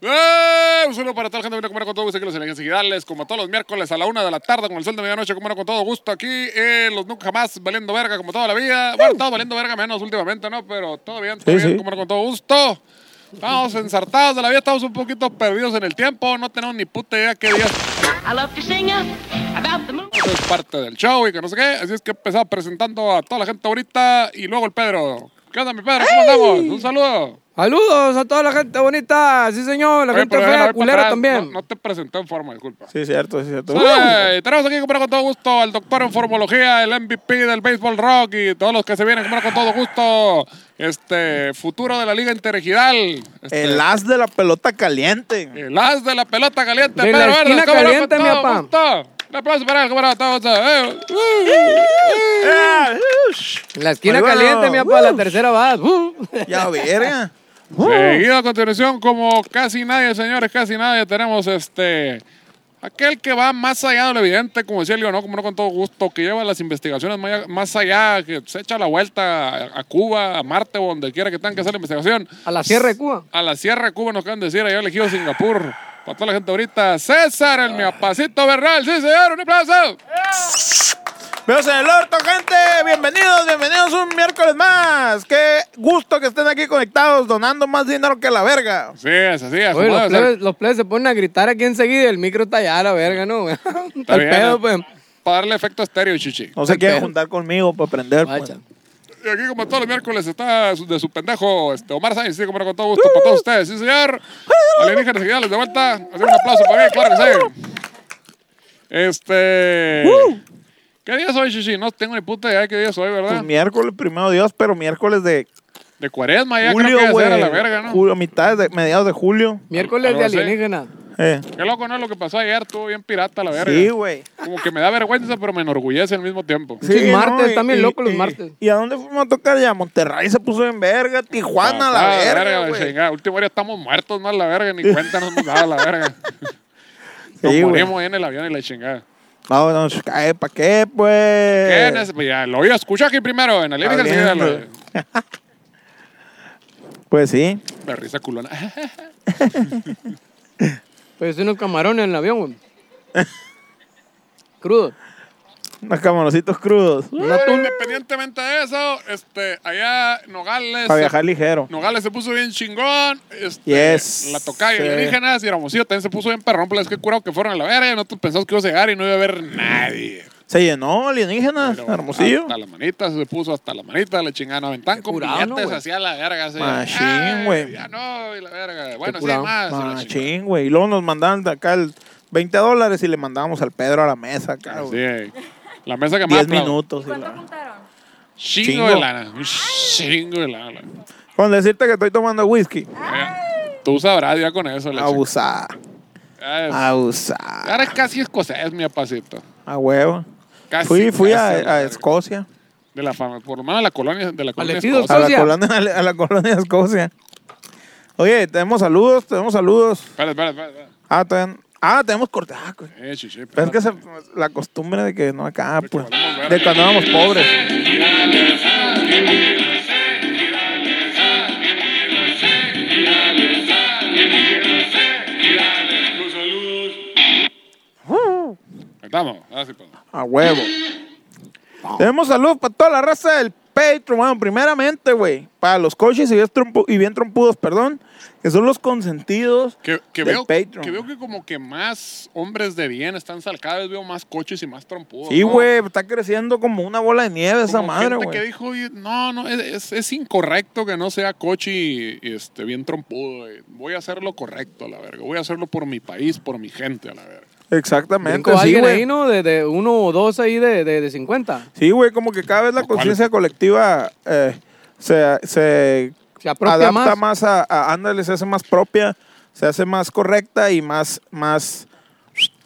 ¡Eh! Un saludo para toda la gente que viene a comer con todo gusto aquí en los elegantes Girales, como todos los miércoles a la una de la tarde con el sol de medianoche, comer con todo gusto aquí en los Nunca Jamás, valiendo verga como toda la vida. Bueno, todo valiendo verga menos últimamente, ¿no? Pero todo bien, todo Sí, bien, sí. comer con todo gusto. Estamos ensartados de la vida, estamos un poquito perdidos en el tiempo, no tenemos ni puta idea qué día I love to sing uh, about the moon. es parte del show y que no sé qué. Así es que empezaba presentando a toda la gente ahorita y luego el Pedro. ¿Qué onda, mi Pedro? ¿Cómo andamos? Un saludo. Saludos a toda la gente bonita, sí señor, la Oye, gente pero a ver, a fea, ver, para culera atrás. también. No, no te presenté en forma, disculpa. Sí, cierto, sí, cierto. Uh, Sí, tenemos aquí comprar con todo gusto al doctor en formología, el MVP del béisbol rock y todos los que se vienen comprar con todo gusto. Este futuro de la liga interregional. Este, El as de la pelota caliente. el as de la pelota caliente, De la Pedro esquina Verdes, ¿cómo no? Con caliente, mi todo apa. gusto. Un aplauso para él, camarada. Todo gusto. Eh, Eh, ush. La esquina Ahí va. caliente, mi papá, Uh. la tercera va. Uh. Ya verga. Seguido a continuación, como casi nadie, señores, casi nadie, tenemos este. Aquel que va más allá de lo evidente, como decía Leo, ¿no? Como no con todo gusto, que lleva las investigaciones más allá- más allá, que se echa la vuelta a- a Cuba, a Marte o donde quiera que tengan que hacer la investigación. A la Sierra de Cuba. A la Sierra de Cuba nos acaban de decir, allá elegido Singapur. Para toda la gente ahorita, César, el miapacito Bernal, sí señor, un aplauso. Veos en el orto, gente. Bienvenidos, bienvenidos un miércoles más. Qué gusto que estén aquí conectados, donando más dinero que la verga. Sí, es así, es Oye, como debe los ser. plebes, los plebes se ponen a gritar aquí enseguida y el micro está allá a la verga, ¿no? Está Al bien, ¿eh? pedo, ¿no? pues. Para darle efecto estéreo, chichi. No se quieren Pero- juntar conmigo para aprender. pues. Guacha. Y aquí, como todos los miércoles, está su- de su pendejo este, Omar Sainz. Sí, como no, con todo gusto para todos ustedes. Sí, señor. Alienígenas les de vuelta. Hacer un aplauso para mí, claro que sí. Este. ¿Qué día es hoy, Shishi? No tengo ni puta idea de qué día es hoy, Pues ¿verdad? miércoles, primero Dios, pero miércoles de De cuaresma ya creo que julio, ya güey. será la verga, ¿no? Julio, mitades, de, mediados de julio. Miércoles Algo de así. alienígena. Eh. Qué loco, ¿no? Lo que pasó ayer estuvo bien pirata la verga. Sí, güey. Como que me da vergüenza, pero me enorgullece al mismo tiempo. Sí, martes, y- están bien y- locos los y- martes. ¿Y a dónde fuimos a tocar ya? Monterrey se puso en verga, Tijuana, la Papá, verga, la güey. chingada. Último día estamos muertos, ¿no? La verga, ni cuenta nos hemos dado la verga. Nos Sí, güey. morimos ahí en el avión y la chingada. No, no, sh- ay, ¿pa' qué, pues? ¿Quién es? Pues ya lo oí, escucho aquí primero, en Alienígenas Está enseguida. bien, la- Pues sí. La risa culona. Pues unos camarones en el avión, güey. Crudo. Unos camaroncitos crudos. Independientemente de eso, este, allá Nogales. Para viajar ligero. Nogales se puso bien chingón. Este, Yes. La tocaya Sí. alienígenas y Hermosillo también se puso bien perrón. Pero es que curado que fueron a la verga. Nosotros pensamos que iba a llegar y no iba a haber nadie. Se llenó, alienígenas, Pero ah, hermosillo. Hasta la manita se puso hasta la manita. Le chingaron aventan con curado, ¿no, billetes güey? hacia la verga. así, Machín, "Ay, güey. Ya no, y la verga. Bueno, sí, curado. más. y la chingada. Machín, güey. Y luego nos mandaban de acá el 20 dólares y le mandábamos al Pedro a la mesa acá, Así güey. es. La mesa que más 10 aplaudo. minutos. y ¿Cuánto la- apuntaron? Chingo, Chingo. de lana. Un chingo de lana. Con decirte que estoy tomando whisky. Eh, Tú sabrás ya con eso. la Ah. chica. Abusar. Ya es- Abusar. Ahora es casi escocés, mi apacito. A huevo. Casi, fui fui casi, a, la a verga. Escocia. De la fama. Por lo menos a la colonia de la colonia Alexido, escocesa. A la, Escocia. colonia, a, la, a la colonia de Escocia. Oye, tenemos saludos, tenemos saludos. Espera, espera, espera, espera. Ah, todavía no- ah tenemos corte. Ah, güey. Eh, chichi, Pero espera. es que se- la costumbre de que no acá, pues, cuando éramos de cuando éramos pobres. Uh. Estamos. Ahora sí, pues. A huevo. Tenemos saludos para toda la raza del Patreon. Bueno, primeramente, güey, para los coches y bien, trompu- y bien trompudos, perdón, que son los consentidos Que, que del veo, Patreon. que veo que como que más hombres de bien están sal- cada vez veo más coches y más trompudos. Sí, ¿no? güey, está creciendo como una bola de nieve esa Como madre, gente que güey. dijo, "Oye, no, no, es, es- es incorrecto que no sea coche y, y, este, bien trompudo. güey. Voy a hacer lo correcto, a la verga. Voy a hacerlo por mi país, por mi gente, a la verga. Exactamente, Brinco sí, alguien güey. ahí, ¿no? De, de uno o dos ahí de, de, de 50. Sí, güey, como que cada vez la Lo cual- conciencia colectiva eh, se, se, Se apropia adapta más, más. a, a ándale, se hace más propia, se hace más correcta y más, más,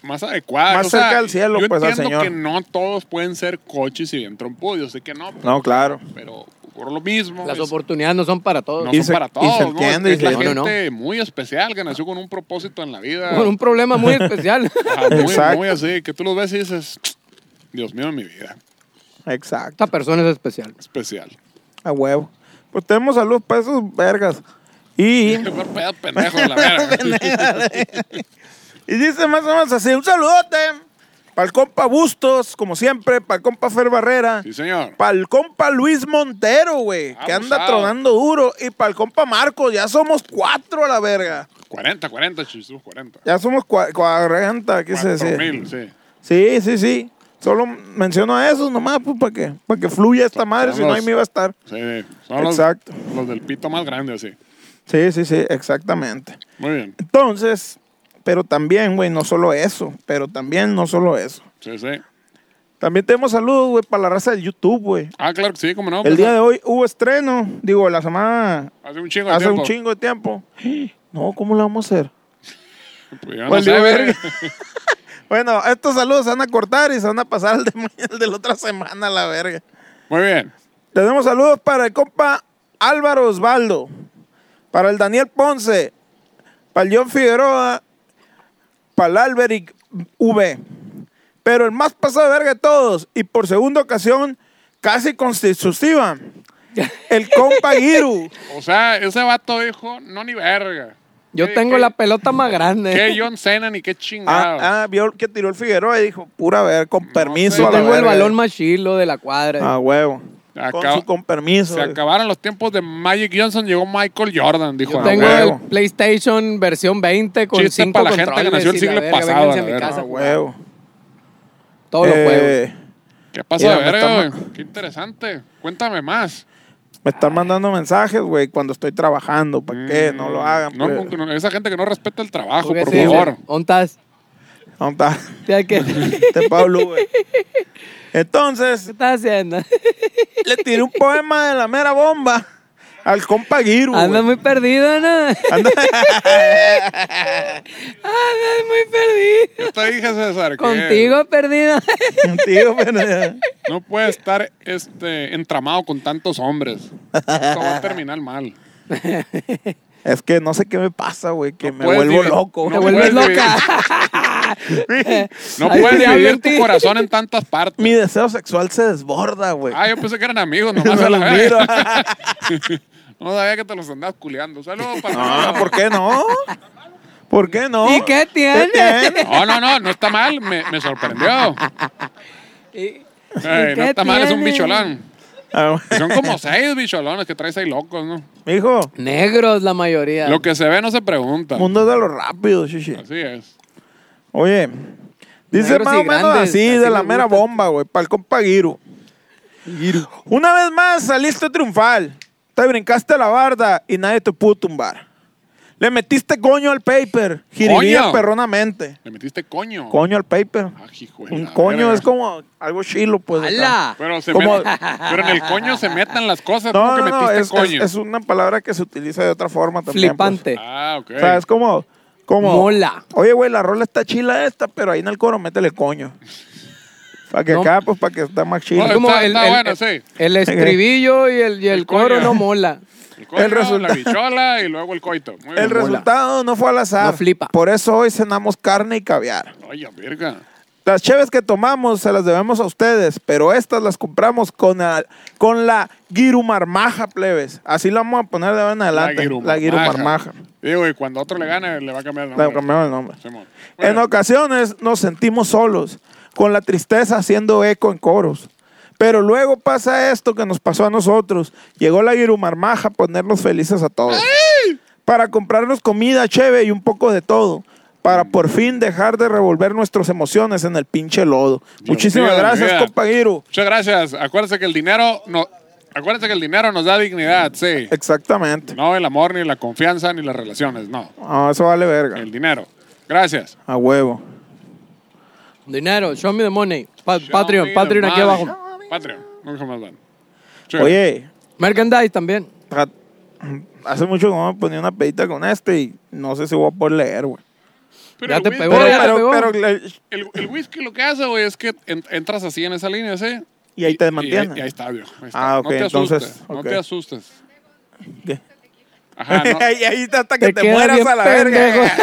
Más adecuada. Más o sea, cerca del cielo, yo pues, al entiendo señor. que no todos pueden ser coches y bien trompudos. Yo sé que no, no, claro. pero por lo mismo. Las es- oportunidades no son para todos. no Y son se- para y se todos, ¿no? entiende, Es, y la se- gente No, no, muy especial que nació con un propósito en la vida. Con un problema muy especial. Ajá, muy, Exacto. muy así, que tú los ves y dices, Dios mío, mi vida, Exacto, Esta persona es especial. especial. a huevo. Pues tenemos saludos para esos vergas. Y, Qué peor pedo, pendejo, la verga. y dice más o menos así, un saludote para el compa Bustos, como siempre, para el compa Fer Barrera, Sí, señor. para el compa Luis Montero, güey, que anda Abusado. tronando duro, y para el compa Marcos, ya somos cuatro a la verga. 40, 40, chichu, 40. Ya somos cua- 40, ¿qué se decía? 4000, sí. Sí, sí, sí. Solo menciono a esos nomás, pues, para que, para que fluya esta madre, si no Vamos. ahí me iba a estar. Sí, son los- Exacto. Los, del pito más grande, así. Sí, sí, sí, exactamente. Muy bien. Entonces, pero también, güey, no solo eso, pero también no solo eso. Sí, sí. También tenemos saludos, güey, para la raza de YouTube, güey. Ah, claro que sí, cómo no. El día de hoy hubo estreno, digo, la semana Hace un chingo de hace tiempo. un chingo de tiempo. No, ¿cómo lo vamos a hacer? Pues yo no Valió sé, verga. güey. Bueno, estos saludos se van a cortar y se van a pasar al de, al de la otra semana, la verga. Muy bien. Tenemos saludos para el compa Álvaro Osvaldo, para el Daniel Ponce, para el John Figueroa, para el Alberic V. Pero el más pasado de verga de todos, y por segunda ocasión, casi constitutiva, el compa Giru. O sea, ese vato dijo, no ni verga. Yo ¿Qué- tengo qué- la pelota más grande. Qué John Cena ni qué chingado. Ah, ah, vio que tiró el Figueroa y dijo, pura verga, con permiso. sé, a la tengo el verga. balón más chilo de la cuadra. Ah, huevo. Acaba- con su con permiso. Se acabaron los tiempos de Magic Johnson, llegó Michael Jordan, dijo. Yo "Ah, tengo güey". huevo. el PlayStation versión 20 con Chiste 5 para la gente que controles. nació el y la siglo verga, pasado, vénganse a la mi verga. casa Ah, a jugar. huevo. Todos los juegos. Eh, ¿Qué pasó de Mira, me verga, está- güey? Qué interesante. Cuéntame más. Me están mandando mensajes, güey, cuando estoy trabajando. ¿Para qué? No lo hagan. Mm, No, pues. no, no, esa gente que no respeta el trabajo, Porque por sí, favor. güey, ¿Ontas? ¿Dónde está? tía, ¿Qué qué Este Pablo, güey. Entonces, estás haciendo? le tiré un poema de la mera bomba al compa Guiru, güey. Andas muy perdido, ¿no? Andas Anda- muy perdido. Yo te dije, César, que Contigo perdido. Tío, pero- no puede estar este, entramado con tantos hombres. Esto va a terminar mal. Es que no sé qué me pasa, güey, que No me puedes vuelvo divi- loco. no Te vuelves puedes loca. No Ay, puedes diablo, dividir tu tío. corazón en tantas partes. Mi deseo sexual se desborda, güey. Ah, yo pensé que eran amigos, No nomás a la los verga. miro. No sabía que te los andabas culeando. Saludos para No, ¿por qué no? ¿Por qué no? ¿Y qué tiene? No, no, no, no está mal. Me, me sorprendió. ¿Y- Ey, ¿y no qué está mal, es un tiene? bicholón. Ah, güey. Son como seis bicholones que traes ahí locos, ¿no? Mijo, Negros la mayoría. Lo que se ve no se pregunta. mundo es de lo rápido, shishi. Así es. Oye, dice Negros más y o menos grandes, así, así de me la mera gusta. bomba, güey, para el compa Guiru. Una vez más saliste triunfal. Te brincaste la barda y nadie te pudo tumbar. Le metiste coño al paper, giriría Coño. perronamente. Le metiste coño. Coño al paper. Ah, hijo de Un la coño verga. es como algo chilo, pues. acá. ¡Hala! Pero, se como- met- pero en el coño se metan las cosas. No, como no, que no, metiste es, coño. es- es una palabra que se utiliza de otra forma también. Flipante. Ah, ok. pues. O sea, es como... como Mola. Oye, güey, la rola está chila esta, pero ahí en el coro métele coño. Para que No. acá, pues, para que está más chila. No, Es como Está- el, está el- bueno, el- sí. el estribillo y el, y el El coro coño. no mola. el coño, el resulta- la bichola y luego el coito. Muy El bien. Mola. resultado no fue al azar. No flipa. Por eso hoy cenamos carne y caviar. Oye, verga. Las cheves que tomamos se las debemos a ustedes, pero estas las compramos con la, con la guirumarmaja, plebes. Así la vamos a poner de ahora en adelante. La guirumarmaja. Digo, y cuando otro le gane, le va a cambiar el nombre. Le cambiamos el nombre. Simón. Muy En bien. ocasiones nos sentimos solos, con la tristeza haciendo eco en coros. Pero luego pasa esto que nos pasó a nosotros. Llegó la guirumarmaja a ponernos felices a todos. Para comprarnos comida chévere y un poco de todo. Para por fin dejar de revolver nuestras emociones en el pinche lodo. Muchísimas mío de mi vida. gracias, compa Guiru. Muchas gracias. Acuérdense que el dinero no, acuérdense que el dinero nos da dignidad, sí. Exactamente. No el amor, ni la confianza, ni las relaciones, no. Ah, eso vale verga. El dinero. Gracias. A huevo. Dinero, show me the money. Pa- Patreon, Patreon aquí Madre. abajo. Patreon, nunca más van. Oye, Merchandise también. tra- hace mucho que no me ponía una pedita con este y no sé si voy a poder leer, güey. ya te pegó, Pero, ya te pero- pegó. pero le- El, el whisky lo que hace, güey, es que en- entras así en esa línea, ¿sí? Y ahí te mantiene. mantienes. Y, ahí está, viejo. Ahí Ah, está. ok, no te asustes, entonces, No ok. te asustes. ¿Qué? Ajá, no, eh, ahí ahí está hasta que te, queda mueras bien a la pendejo. verga.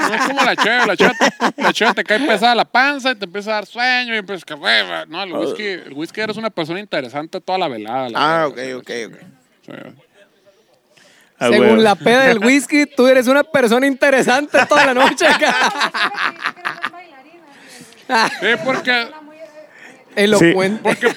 no es como la cheve. La cheve, te, la cheve te cae pesada la panza y te empieza a dar sueño y empiezas que, güey, no, Ah. el whisky, el whisky eres una persona interesante toda la velada. la Ah, ok, verga, ok, sí, ok. sí. Ah, Según güey. la peda del whisky, tú eres una persona interesante toda la noche. Sí, porque, Elocuente. porque,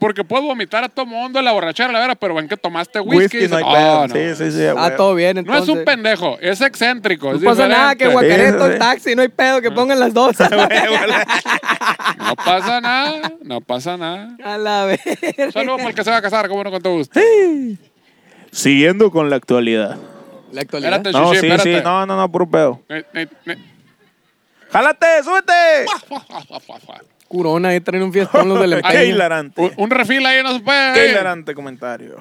porque puedes vomitar a todo mundo en la borrachera, la verdad, pero ven que tomaste whisky. Whisky, y dices, no hay "Oh, pedo. no". Sí, sí, sí. a Ah, huevo. todo bien, No es entonces. un pendejo, es excéntrico. es No pasa nada, que diferente. Ah. guacareto, Sí, Ah, sí. el taxi, no hay pedo, que pongan las dos. No pasa nada, no pasa nada. A la vez. Saludos para el que se va a casar, como no con todo gusto. Siguiendo con la actualidad. La actualidad. Espérate, No, Shishi, sí, espérate. sí. No, no, no, puro pedo. Ne- ne- ne- ¡Jálate, súbete! Corona, ahí traen un fiestón los del ¡Qué empeño. hilarante! Un, un refil ahí no se puede. ¡Qué eh. hilarante comentario!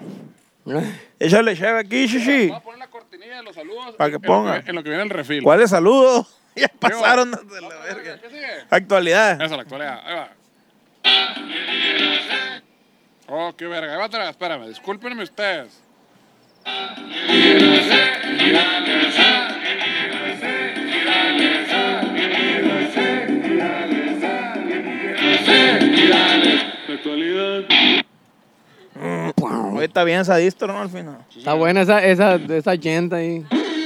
Échale cheve aquí, Shishi. Voy a poner la cortinilla de los saludos. Para que en- ponga. En, en lo que viene el refil. ¿Cuáles saludos? Ya pasaron de la verga. ¿Qué sigue? Esa Actualidad. es la actualidad. Ahí va. Oh, qué verga. Ahí va atrás. Espérame. Discúlpenme ustedes. Hoy está bien sadista, ¿no? Al final. Está buena esa, esa, esa gente ahí.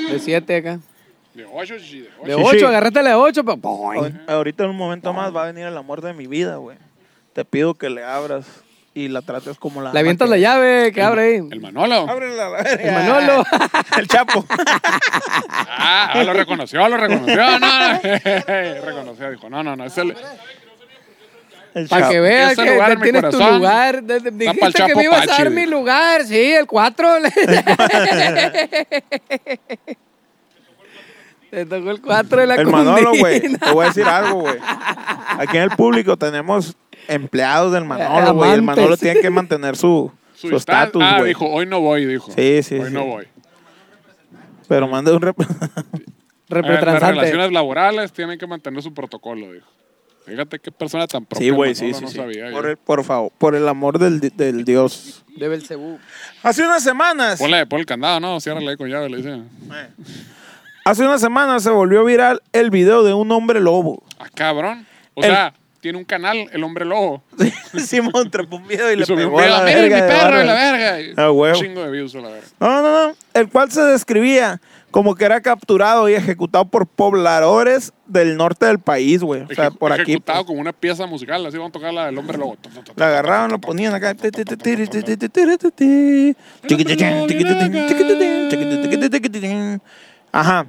De siete acá. De ocho, sí, de ocho. De Sí, ocho, sí. agárrate la de ocho. pa- boing. Ahor- Ahorita en un momento más va a venir el amor de mi vida, güey. Te pido que le abras y la trates como la. Le avientas la llave. llave que abre ahí. El Manolo. Ábrela, la verga. El Manolo. El Chapo. Ah, ah, lo reconoció, lo reconoció. No, no. reconoció, dijo. No, no, no. Es el, El Para Chapo. que veas Ese que lugar te en mi tienes corazón. tu lugar. De- de- pa'l Dijiste que Chapo me ibas a Pachi. dar mi lugar. Sí, el cuatro. Te tocó el cuatro de la El Manolo, güey. Cundina. Te voy a decir algo, güey. Aquí en el público tenemos empleados del Manolo, Eh, güey. El amantes. Manolo tiene que mantener su su instan- su estatus, Ah, güey. dijo, hoy no voy, dijo. Sí, sí, Hoy sí. no voy. Pero manda un rep. A ver, Eh, las Repretransante. relaciones laborales tienen que mantener su protocolo, dijo. Fíjate qué persona tan propia. sí, güey, sí, Manolo, sí. no sí. sabía, Por, yo. el- por favor, por el amor del, di- del Dios. De Belcebú. Hace unas semanas. Ponle, ponle el candado, ¿no? Ciérrale ahí con llave, le dice. Hace unas semanas se volvió viral el video de un hombre lobo. Ah, cabrón. O El- sea, tiene un canal, el hombre lobo. Simón trepó un video y, le subió pegó un a video, la "Miren verga. mi de perro y la barba". verga. Y Ah, huevo. Un chingo de views a la verga. No, no, no. El cual se describía como que era capturado y ejecutado por pobladores del norte del país, güey. O sea, Ejecu- por aquí. Ejecutado pues. como una pieza musical. Así van a tocar la del hombre lobo. La agarraban, lo ponían acá. Ti, ti, ti, ti, ti, ti, ti, ti, ti, ti, ti. Chiquititín, chiquititín, chiquititín, chiquititín, chiquititín. Ajá.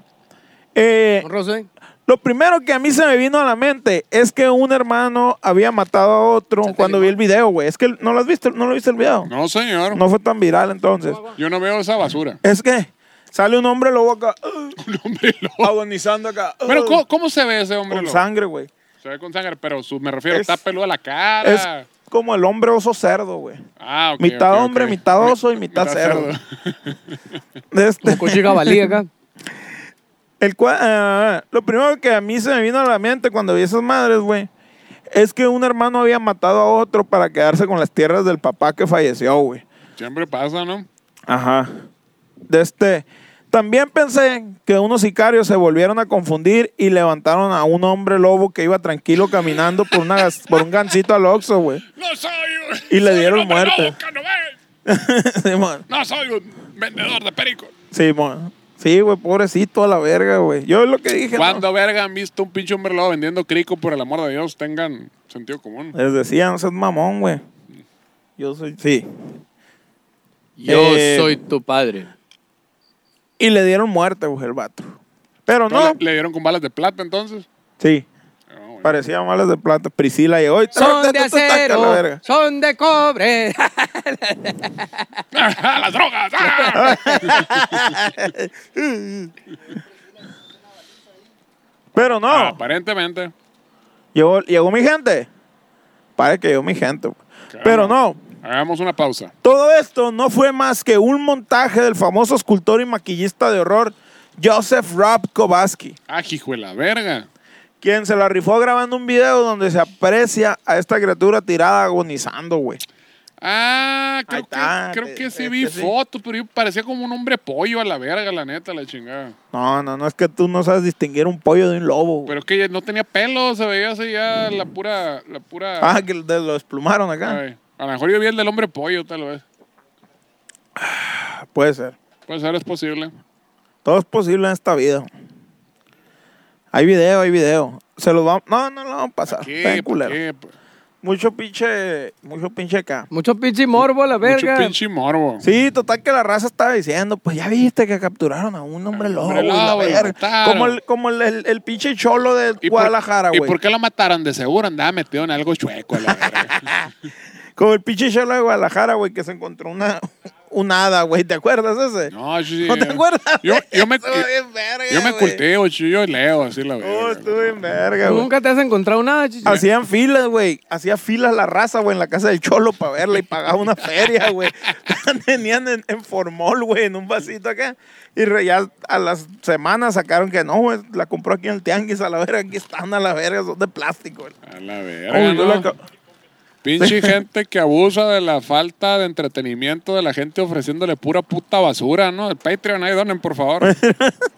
Eh, Un Rosé. lo primero que a mí se me vino a la mente es que un hermano había matado a otro cuando vi el video, güey. Es que no lo has visto, no lo viste el video. No, señor. No fue tan viral entonces. Yo no veo esa basura. Es que sale un hombre lobo acá, Un hombre lobo. agonizando acá. ¡oh! Pero, ¿cómo, cómo se ve ese hombre Con lobo? sangre, güey. Se ve con sangre, pero su- me refiero, Es- está peluda la Es cara. como el hombre oso cerdo, güey. Ah, ok, mitad ok, ok. hombre, mitad oso y mitad cerdo. De este- Como coche jabalí acá. el cua- ah, lo primero que a mí se me vino a la mente cuando vi esas madres, güey, es que un hermano había matado a otro para quedarse con las tierras del papá que falleció, güey. Siempre pasa, ¿no? Ajá. De este. También pensé que unos sicarios se volvieron a confundir y levantaron a un hombre lobo que iba tranquilo caminando por, una, gas- por un gancito al Oxxo, güey. No soy un- Y le soy un dieron hombre muerte. lobo que no ve. Simón. No soy un vendedor de perico. Simón. Sí, güey, pobrecito a la verga, güey. Yo es lo que dije. ¿no? Cuando verga han visto un pinche hombre lobo vendiendo crico, por el amor de Dios, tengan sentido común. Les decía, no seas mamón, güey. Yo soy. Sí. Yo Eh, soy tu padre. Y le dieron muerte, güey, el vato. Pero no. Le, le dieron con balas de plata entonces. Sí. Ah, bueno. Parecían malas de plata. Priscila llegó y Son de ta, ta, ta, ta, ta, la acero, verga. son de cobre. ¡Ah, ¡Las drogas! ¡Ah! Pero no. Ah, Aparentemente. Llegó, llegó mi gente. Pare que llegó mi gente. güey. Pero no, Hagamos una pausa. todo esto no fue más que un montaje del famoso escultor y maquillista de horror Joseph Rob Kobaski, ¡Ah, hijo de la verga! quien se la rifó grabando un video donde se aprecia a esta criatura tirada agonizando, güey. Ah, creo Ahí está, que, creo que es sí que vi sí. fotos, pero yo parecía como un hombre pollo a la verga, la neta, la chingada. No, no, no es que tú no sabes distinguir un pollo de un lobo. güey. Pero es que ya no tenía pelo, se veía así ya la pura, la pura. Ah, que te lo desplumaron acá. Ay, a lo mejor yo vi el del hombre pollo, tal vez. Ah, Puede ser. Puede ser, es posible. Todo es posible en esta vida. Hay video, hay video. Se lo vamos. No, no lo vamos a pasar. Ven, culero. qué? Mucho pinche. Mucho pinche acá. Mucho pinche morbo a la Mucho verga. pinche morbo. Sí, total que la raza estaba diciendo, pues ya viste que capturaron a un hombre lobo. hombre y la lobo, lo verga. mataron. como el, como el, el- el pinche cholo de ¿Y por- Guadalajara, ¿Y güey. por qué lo mataron? De seguro andaba metido en algo chueco. La verga. Como el pinche cholo de Guadalajara, güey, que se encontró una, un hada, güey. ¿Te acuerdas ese? no, yo sí. ¿No te acuerdas? Yo, yo me, yo, Estuvo bien verga, yo me güey. culteo, yo, yo leo así la verga. Oh, estuve en verga, güey. Ah, Nunca te has encontrado nada, chichi. Hacían filas, güey. Hacía filas la raza, güey, en la casa del Cholo para verla y pagaba una feria, güey. Tenían en, en formol, güey, en un vasito acá. Y re- ya a las semanas sacaron que no, güey, la compró aquí en el tianguis a la verga. Aquí están a la verga, son de plástico, güey. A la verga, Uy, yo ¿no? la ca- Pinche gente que abusa de la falta de entretenimiento de la gente ofreciéndole pura puta basura, ¿no? El Patreon, ahí donen, por favor.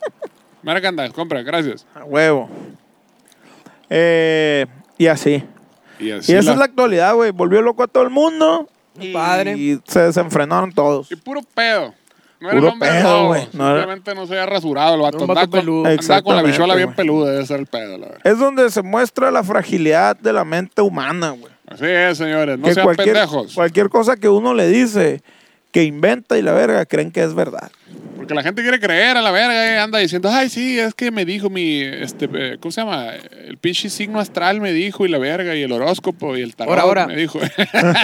Merchandise, compra, gracias. A huevo. Eh, y así. Y, Y así esa es la actualidad, güey. Volvió loco a todo el mundo. Y, Padre. y se desenfrenaron todos. y puro pedo. No era Puro el hombre pedo, lobo, güey. No era- Simplemente no se había rasurado el vato. Era un vato Andaba con, peludo. andaba con la Exactamente, bichuela bien güey. peluda, debe ser el pedo, la verdad. Es donde se muestra la fragilidad de la mente humana, güey. Así es, señores. No que sean cualquier, pendejos. cualquier cosa que uno le dice, que inventa y la verga, creen que es verdad. Porque la gente quiere creer a la verga y anda diciendo, ay, sí, es que me dijo mi, este, eh, ¿cómo se llama? El pinche signo astral me dijo y la verga y el horóscopo y el tarot Ahora, ahora. me dijo. Eh, eh,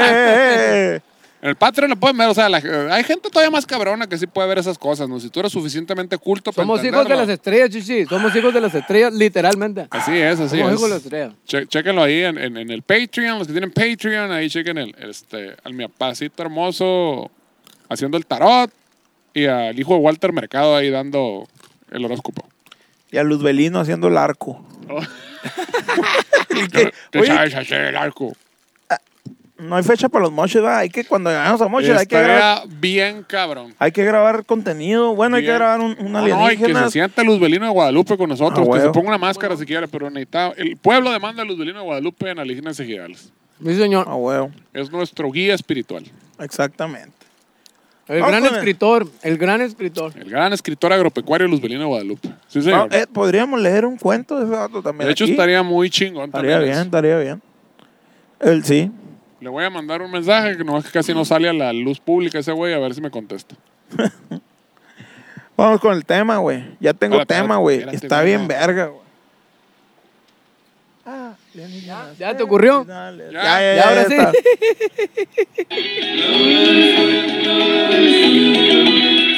eh, eh. En el Patreon lo pueden ver, o sea, la- hay gente todavía más cabrona que sí puede ver esas cosas, ¿no? Si tú eres suficientemente culto para Somos hijos de las entenderlo. estrellas, chichi. Somos hijos de las estrellas, literalmente. Así es, así Somos es. hijos de las estrellas. Che- chéquenlo ahí en, en- en el Patreon, los que tienen Patreon, ahí chequen el, este, al mi apacito hermoso haciendo el tarot y al hijo de Walter Mercado ahí dando el horóscopo. y a Luzbelino haciendo el arco. ¿Qué, Oye. sabes hacer el arco? No hay fecha para los moches, va. Hay que, cuando llegamos a moches, hay que, grabar, Estaría bien cabrón. hay que grabar contenido. Bueno, hay Bien. que grabar un, un No, no, y que se alienígenas. sienta Luzbelino de Guadalupe con nosotros, Ah, que se huevo. ponga una máscara si quiere, pero necesita... El pueblo demanda a Luzbelino de Guadalupe en Alienígenas Ejidales. Sí, señor. Ah, huevo. Es nuestro guía espiritual. Exactamente. El Vamos gran con el- escritor. El gran escritor. El gran escritor agropecuario Luzbelino de Guadalupe. Sí, Ah, señor. eh, Podríamos leer un cuento de ese vato también. de hecho, aquí? estaría muy chingón Estaría también bien, eso. estaría bien. Él sí. Le voy a mandar un mensaje que no es que casi no sale a la luz pública ese güey, a ver si me contesta. Vamos con el tema, güey. Ya tengo Espérate, tema, espérate, güey. espérate, Está güey. bien verga, güey. Ah, ya, ¿Ya te ocurrió? Ya, ya, Ya, ya, ya, ahora ya sí. está.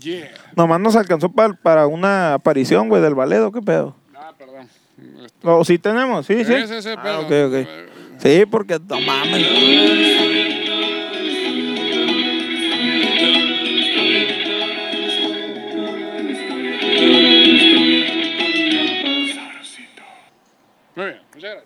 Yeah. Nomás nos alcanzó pa- para una aparición, güey, del Valedo. ¿Qué pedo? Ah, perdón. ¿O sí tenemos? Sí, sí. Sí, sí, sí, ah, ok, perdón. ok. Sí, porque no mames. Muy bien, muchas gracias.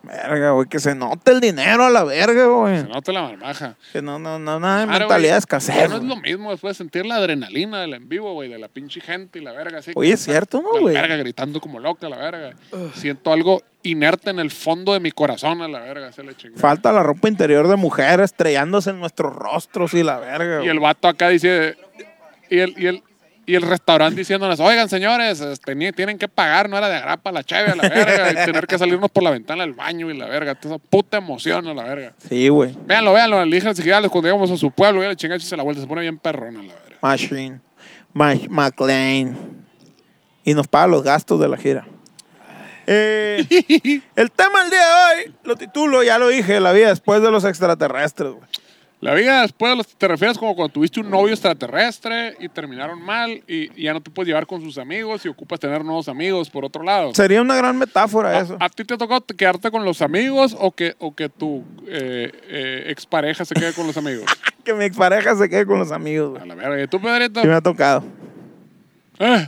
Verga, güey, que se note el dinero a la verga, Se güey. nota la marmaja. Que no, no, no, nada de Claro, mentalidad de güey, ya escasez. No es güey. lo mismo después de sentir la adrenalina del en vivo, güey, de la pinche gente y la verga. Así, Oye, es cierto, ¿no, La güey? verga gritando como loca, la verga. Siento algo inerte en el fondo de mi corazón, a la verga, se le chingada. Falta la ropa interior de mujer estrellándose en nuestros rostros y la verga, Y el güey. vato acá dice. Y el, y el, y el restaurante diciéndonos: Oigan, señores, este, ni- tienen que pagar, no era de agrapa la chave, a la verga. y tener que salirnos por la ventana del baño y la verga. Toda esa puta emoción, a la verga. Sí, güey. Véanlo, véanlo, elijan si cuando llegamos a su pueblo, y la chingada se la vuelta, se pone bien perrona, la verga. Machine. Ma- McLean. Y nos paga los gastos de la gira. Eh, el tema del día de hoy, lo titulo, ya lo dije, la vida después de los extraterrestres. güey. La vida después de los- te refieres como cuando tuviste un novio extraterrestre y terminaron mal y, y ya no te puedes llevar con sus amigos y ocupas tener nuevos amigos por otro lado. Sería una gran metáfora eso. ¿A, a ti te tocó te- quedarte con los amigos o que, o que tu eh, eh, expareja se quede con los amigos? Que mi expareja se quede con los amigos, A güey. la verga. ¿Y tú, Pedrito? Sí me ha tocado. Eh.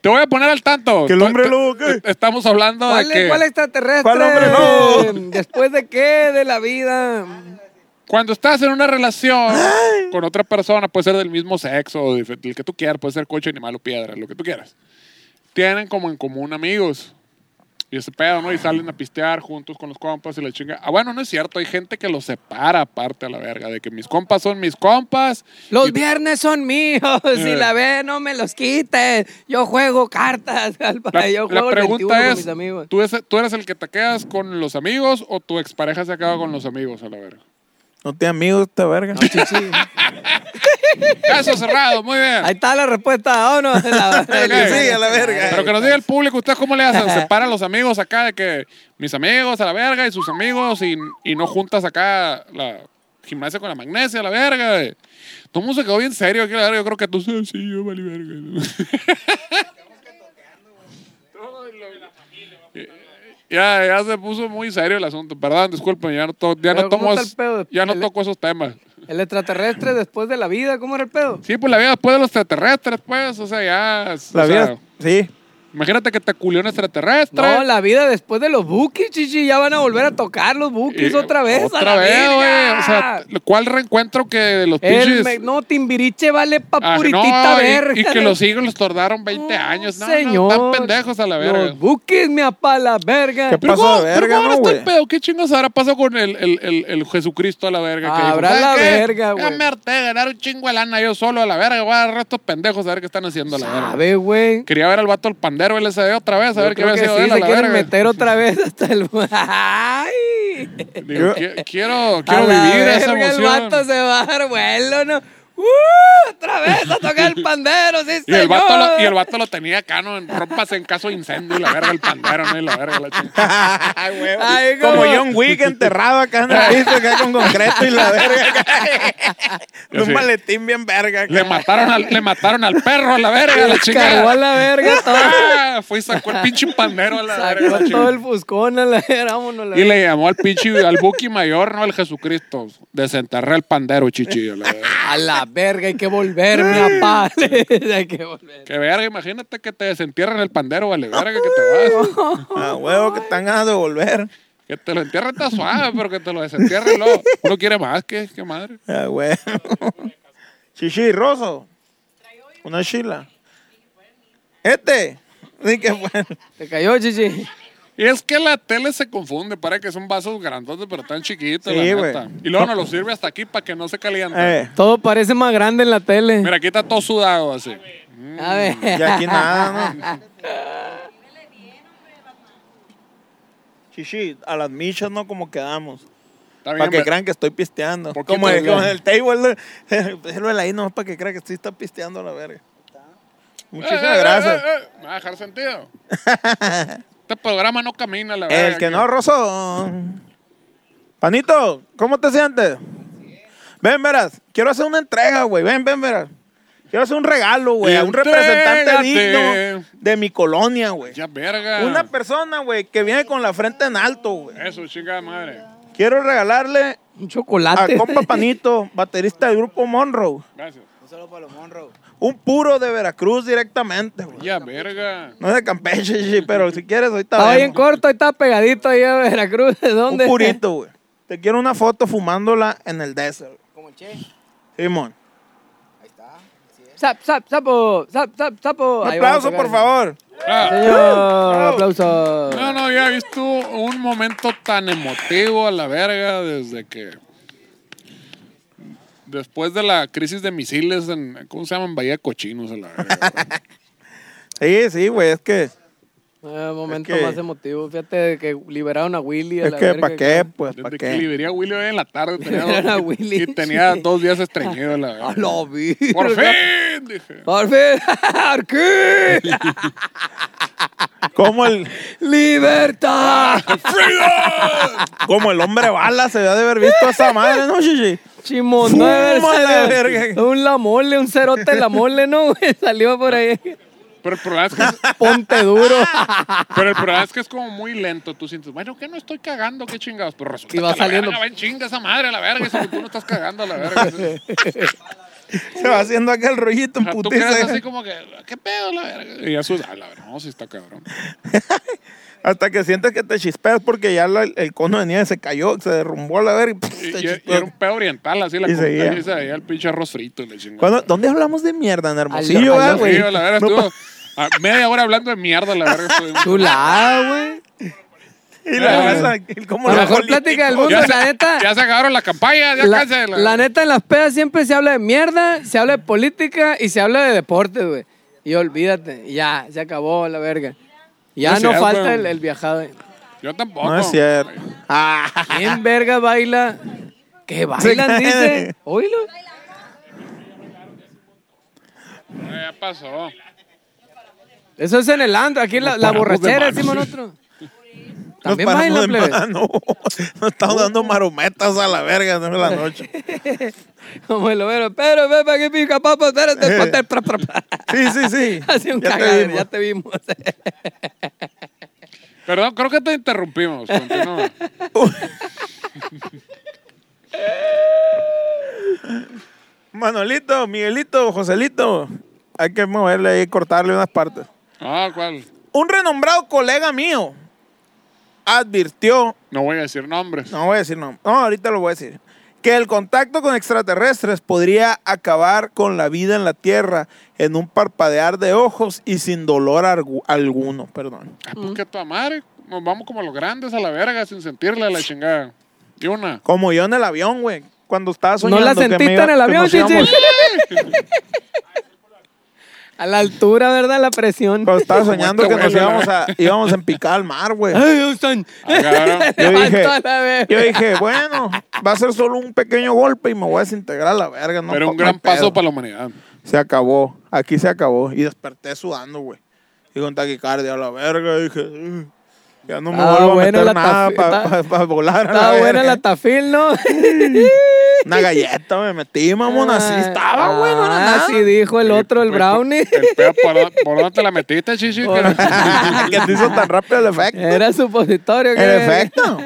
te voy a poner al tanto. ¿Que el hombre Te- te- lobo qué? Estamos hablando ¿Cuál, de que... cuál extraterrestre? ¿Cuál hombre no? ¿Después de qué? De la vida. Cuando estás en una relación con otra persona, puede ser del mismo sexo, o dif- del que tú quieras, puede ser coche, animal o piedra, lo que tú quieras. tienen como en común amigos. Y ese pedo, ¿no? Y salen a pistear juntos con los compas y la chinga. Ah, bueno, no es cierto. Hay gente que los separa aparte a la verga. De que mis compas son mis compas. Los y- viernes son míos. Si la ve, no me los quites. Yo juego cartas. La, Yo la juego el 21 pregunta con es, mis amigos. ¿tú, es- ¿tú eres el que te quedas con los amigos o tu expareja se acaba con los amigos a la verga? No tiene amigos esta verga. Caso cerrado, muy bien. Ahí está la respuesta. Vámonos. La- Ok. Sí, a la verga. Pero que nos diga el público, ¿ustedes cómo le hacen? ¿Separan los amigos acá de que mis amigos a la verga y sus amigos y, y no juntas acá la gimnasia con la magnesia a la verga? eh? Todo el mundo se quedó bien serio aquí, la verga. Yo creo que tú sí, sí, yo valí verga. Ya, ya se puso muy serio el asunto. Perdón, disculpen, ya no, to- ya no Pero, ¿cómo tomo, está es- el pedo? ya no El- toco esos temas. El extraterrestre después de la vida. ¿Cómo era el pedo? Sí, pues la vida después de los extraterrestres, pues, o sea, ya... o La sea, vida. Sí. Imagínate que te culió un extraterrestre. No, la vida después de los bookies, chichi. Ya van a volver a tocar los bookies Eh, Pues otra vez. a Otra la vez, verga. güey. O sea, ¿cuál reencuentro que de los El pinches? me- no, Timbiriche vale pa' Ah, puritita no, y- verga. Y, que los hijos los tardaron 20 años. No, no, están pendejos a la verga. Los buques me apa la verga. ¿Qué Pero Pasó ¿cómo- de pero verga, ¿cómo ¿no, está el güey? pedo? ¿Qué chingos habrá pasado con el, el, el, el Jesucristo a la verga? que dijo, Habrá "¿Sabes la qué? verga, güey". Ya me harté de ganar un chingo de lana yo solo a la verga. Voy a agarrar a estos pendejos a ver qué están haciendo a la verga. A ver, güey. Quería ver al vato el pandero LSD otra vez, a Yo ver qué creo había que sido sí, de él a se la quieren verga. meter otra vez hasta el... ¡Ay! Digo, Yo- "Qui- quiero A quiero la vivir esa verga, El emoción. vato se va a dar vuelo, ¿no? ¡Uh! Otra vez a tocar el pandero, sí, Y el, señor. vato lo, y el vato lo tenía acá, ¿no? En rompas en caso de incendio y la verga, el pandero, ¿no? Y la verga, la chingada. Ay, Como cómo- John Wick enterrado acá en el piso, acá con concreto y la verga. acá. Yo sí. Un maletín bien verga. acá. Le mataron al, le mataron al perro a la verga, la Cargó a chingada. la verga todo. Ah, fue y sacó el pinche pandero a la verga. la Sacó todo chingada. el fuscón a la verga. Vámonos, la Y verga. le llamó al pinche, al buki mayor, ¿no? Al Jesucristo. Desenterré el pandero, chichi. a la verga. A la verga, hay que volver, mi apá. hay que volver. Que verga, imagínate que te desentierren el pandero, vale, verga, que te vas. A huevo que están ganas de volver. Que te lo entierren está suave, pero que te lo desentierren luego. Uno quiere más, ¿qué, qué madre? A huevo. Chichi, Rosso. Una chila. Este. Ni que bueno. Te cayó, chichi. Y es que la tele se confunde, para que son vasos grandotes, pero tan chiquitos, Sí, la güey. neta. Y luego nos los sirve hasta aquí para que no se caliente. Eh, Todo parece más grande en la tele. Mira, aquí está todo sudado así. A ver. y aquí nada, ¿no? Chichi, a las michas no como quedamos. Está Para bien, que ve- crean que estoy pisteando. Poquito, Como el, güey. como el table. Déjelo ahí nomás para que crean que estoy está pisteando a la verga. Eh, Muchísimas eh, gracias. eh, eh, Me va a dejar sentido. este programa no camina, la verdad. El que no, Rosón. Panito, ¿cómo te sientes? Ven, verás. Quiero hacer una entrega, güey. Ven, ven, verás. Quiero hacer un regalo, güey, a un representante Entrégate. digno de mi colonia, güey. Ya, verga. Una persona, güey, que viene con la frente en alto, güey. Eso, chingada madre. Quiero regalarle Un a chocolate. Ah, compa Panito, baterista del grupo Monroe, Gracias. un puro de Veracruz directamente, güey. Ya, verga. No es de Campeche, sí, pero si quieres, ahorita Estaba bien vemos. corto, ahí está pegadito ahí a Veracruz. ¿De dónde? Un purito, güey. Te quiero una foto fumándola en el desert. Como che. Simón. Zap, zap, sapo, zap, zap, sapo. Un Ahí vamos aplauso, a tocar. por favor. Ah. Señor, aplauso. No, no había visto un momento tan emotivo a la verga desde que. Después de la crisis de misiles en. ¿Cómo se llaman? Bahía de Cochinos a la verga. Sí, sí, güey, es que, Eh, momento Es que- más emotivo. Fíjate que liberaron a Willy. a es la que, verga. ¿para qué? Pues, ¿para Desde que qué? liberé a Willy hoy en la tarde. Tenía Liberaron a dos, Willy. Ah, Y tenía dos días estreñido a la A verga. la vi. ¡Por fin! Dije. Por fin. Por fin. Como el, Libertad. ¡Freedom! como el hombre bala se debe de haber visto esa madre, ¿no, Shishi? Chimón, Fuma la la verga. Un la mole, un cerote la mole, ¿no? güey? Salió por ahí. Pero el, problema es que es, Ponte duro. pero el problema es que es como muy lento. Tú sientes, bueno, ¿qué no estoy cagando? ¿Qué chingados? Pero resulta Y va que a la saliendo. verga va en chinga esa madre a la verga. Eso que tú no estás cagando a la verga. Se va haciendo aquel rollito O en sea, Ah, tú crees así putiza. ¿eh? como que, ¿qué pedo la verga? Y ya suda, la verga, no, si está cabrón. Hasta que sientes que te chispeas porque ya la- el cono de nieve se cayó, se derrumbó a la verga y, pff, Y, se y- y chispeó. era un pedo oriental, así la Y comida, seguía. y se veía el pinche arroz frito y le chingó. ¿Cuándo- ¿Dónde hablamos de mierda? En Al- Hermosillo, ¿verdad, al- ah, güey. Sí, la verga, No estuvo- pa- Ah, media hora hablando de mierda, la verga. estuvimos. Chulada, güey. Y la Ah, raza, y como La los mejor plática del políticos. mundo, se- la neta. Ya se acabaron la campaña, ya La, cállense, la- la neta, en las pedas siempre se habla de mierda, se habla de política y se habla de deporte, güey. Y olvídate, y ya, se acabó la verga. No Ya no, es cierto, falta güey. el, el viajado. eh. Yo tampoco. No es cierto. Ah, ¿Quién verga baila? ¿Qué cae bailan, de- dice? Oílo. Eh, Ya pasó. Eso es en el andro, aquí la, la paramos de borrachera, manos. decimos nosotros. Nos También paramos baila, de plebe. Uh. mano. Nos estamos dando marometas a la verga de la noche. Como el overo, pero ven para que pica papo, espérate, ponte el pra, pra, pra. Sí, sí, sí. Hace un Ya te cagadero, vimos. ya te vimos. Perdón, creo que te interrumpimos. Continúa. Manolito, Miguelito, Joselito. Hay que moverle ahí, cortarle unas partes. Ah, ¿cuál? Un renombrado colega mío advirtió No voy a decir nombres. No voy a decir no. No, ahorita lo voy a decir. Que el contacto con extraterrestres podría acabar con la vida en la Tierra en un parpadear de ojos y sin dolor argu- alguno, perdón. Ah, pues que tu madre. Nos vamos como los grandes a la verga sin sentirle a la chingada. Y una. Como yo en el avión, güey. Cuando estaba ¿No soñando la que me sentiste iba- en el que avión, nos íbamos- chichi? A la altura, ¿verdad? La presión. Cuando estaba soñando este que nos güey, la íbamos a, íbamos a empicar al mar, güey. ¡Ay, Houston! Ah, cabrón. Yo dije, Levantó la verga. yo dije, bueno, va a ser solo un pequeño golpe y me voy a desintegrar a la verga. No, Pero pa- un no gran hay pedo. paso para la humanidad. Se acabó. Aquí se acabó. Y desperté sudando, güey. Y con taquicardia a la verga. Dije, "Ugh, ya no me Ah, vuelvo a buena meter la nada tafi- para ta- volar. a la Estaba buena verga". la tafil, ¿no? Una galleta me metí, mamón. Así estaba, güey. No era Ah, nada. Así dijo el otro, el brownie. pues, El pedo, ¿por, por dónde te la metiste, chichi? que te hizo tan rápido el efecto. Era supositorio. el ¿qué? efecto.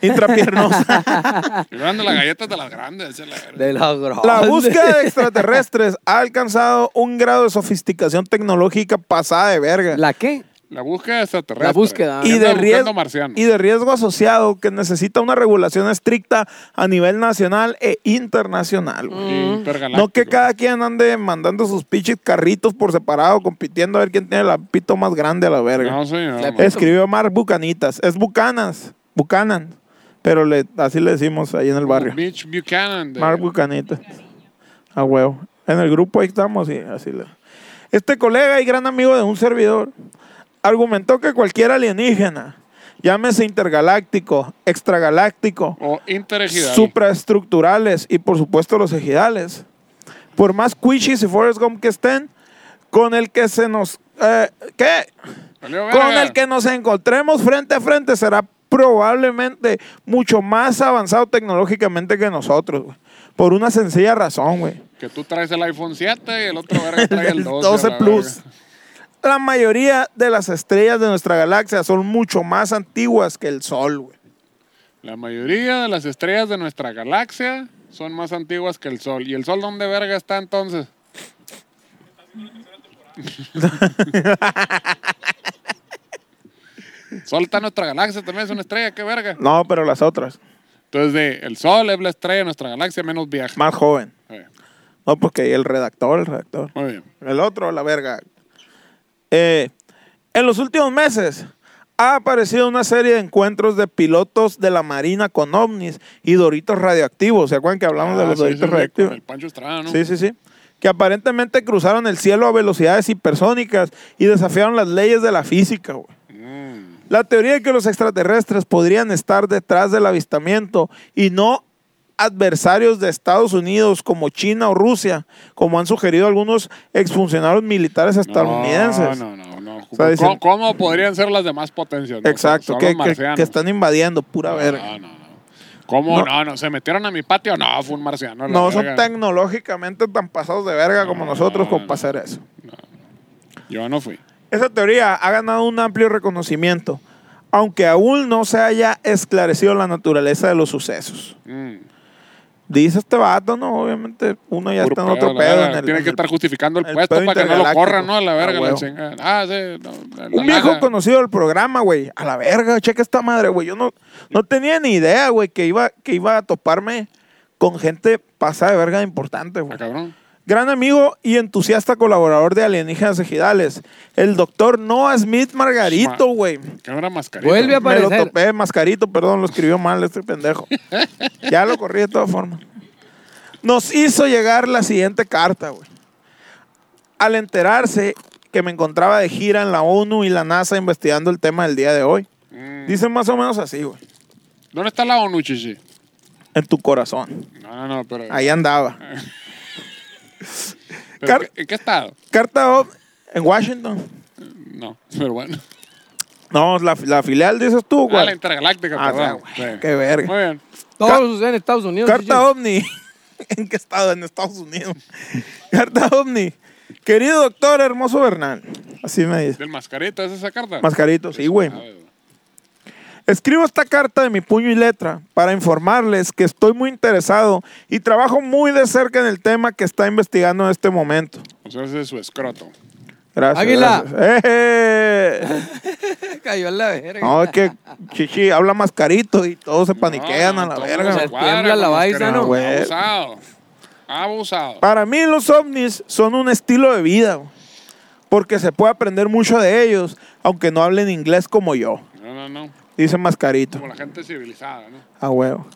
Intrapiernosa. Y dando las galletas de las grandes. esa es la verga. De los grandes. La búsqueda de extraterrestres ha alcanzado un grado de sofisticación tecnológica pasada de verga. ¿La qué? La búsqueda extraterrestre. La búsqueda. y Anda de, buscando riesgo, marciano. y de riesgo asociado que necesita una regulación estricta a nivel nacional e internacional. Mm, güey. Intergaláctico. Mm. No que cada quien ande mandando sus pinches carritos por separado, compitiendo a ver quién tiene la pito más grande a la verga. No, señor. La- no. Escribió Mark Bucanitas. Es Bucanas. Bucanan. Pero le, así le decimos ahí en el barrio. Mitch Buchanan. de- Mark Bucanitas. A huevo. En el grupo ahí estamos y así le. Este colega y gran amigo de un servidor argumentó que cualquier alienígena, llámese intergaláctico, extragaláctico, O interejidal. supraestructurales y por supuesto los ejidales, por más cuichis y Forrest Gump que estén, con el que se nos... eh, ¿Qué? Valió Con verga. el que nos encontremos frente a frente será probablemente mucho más avanzado tecnológicamente que nosotros, güey. Por una sencilla razón, güey. Que tú traes el iPhone 7 y el otro verga trae el El 12. 12 a la Plus. verga. La mayoría de las estrellas de nuestra galaxia son mucho más antiguas que el Sol, güey. La mayoría de las estrellas de nuestra galaxia son más antiguas que el Sol. ¿Y el Sol dónde verga está entonces? Sol está en nuestra galaxia, también es una estrella, qué verga. No, pero las otras, Entonces, de, el Sol es la estrella de nuestra galaxia menos viaje. más joven. Eh, No, porque el redactor, el redactor. Muy bien. El otro, la verga. Eh, en los últimos meses ha aparecido una serie de encuentros de pilotos de la Marina con ovnis y doritos radioactivos. ¿Se acuerdan que hablamos de Ah, los sí, doritos sí, sí, con radioactivos? el Pancho Estrada, ¿no? Sí, sí, sí. Que aparentemente cruzaron el cielo a velocidades hipersónicas y desafiaron las leyes de la física, güey. Mm. La teoría de que los extraterrestres podrían estar detrás del avistamiento y no adversarios de Estados Unidos como China o Rusia, como han sugerido algunos exfuncionarios militares estadounidenses. No, no, no. no. sea, dicen- ¿Cómo, cómo podrían ser las demás potencias? no? Exacto, Son que, los que- marcianos. que están invadiendo, pura verga. No, no, no. ¿Cómo? No. No. no, ¿Se metieron a mi patio? No, fue un marciano. la No son verga. tecnológicamente tan pasados de verga como nosotros no, con no. pasar eso. Yo no fui. Esa teoría ha ganado un amplio reconocimiento, aunque aún no se haya esclarecido la naturaleza de los sucesos. Mm. Dice este vato, ¿no? Obviamente uno ya Puro está en otro la pedo. verga. en el- Tiene en que el- estar justificando el, el puesto pedo para que no lo intergaláctico. corran, ¿no? A la verga, Ah, la huevo. chingada. Ah, sí. no, la- la Un viejo lana. conocido del programa, güey. A la verga, checa esta madre, güey. Yo no, no tenía ni idea, güey, que iba, que iba a toparme con gente pasada de verga importante, Ah, güey. cabrón. Gran amigo y entusiasta colaborador de Alienígenas Ejidales. El doctor Noah Smith Margarito, Ma- güey. Cámara mascarita. Vuelve a Me lo aparecer. topé, mascarito, perdón, lo escribió mal este pendejo. ya lo corrí de todas formas. Nos hizo llegar la siguiente carta, güey. Al enterarse que me encontraba de gira en la ONU y la NASA investigando el tema del día de hoy. Mm. Dicen más o menos así, güey. ¿Dónde está la ONU, chichi? En tu corazón. No, no, no, pero. Ahí andaba. pero Car- ¿qué- ¿En qué estado? Carta O- en Washington. No, pero bueno. No, la, la filial dices tú, Ah, la güey. intergaláctica, Ah, perdón. o sea, güey, Sí. qué verga. Muy bien. Todo sucede en Estados Unidos. Carta chichi. OVNI. ¿En qué estado? En Estados Unidos. Carta OVNI. Querido doctor Hermoso Bernal. Así me dice. ¿Del mascarita es esa carta? Ah, Mascarito, sí, güey. A ver. Escribo esta carta de mi puño y letra para informarles que estoy muy interesado y trabajo muy de cerca en el tema que está investigando en este momento. O sea, ese es su escroto. Gracias. Águila. gracias. ¡Eh! Cayó en la verga. No, es que Chichi habla mascarito y todos se paniquean No, a la todo verga. se Se cuadra tiembla con la mascarita. baisa, ¿no? Güey. Abusado. Abusado. Para mí los ovnis son un estilo de vida, güey, porque se puede aprender mucho de ellos, aunque no hablen inglés como yo, No, no, no. dice Mascarito. Como la gente civilizada, ¿no? A huevo.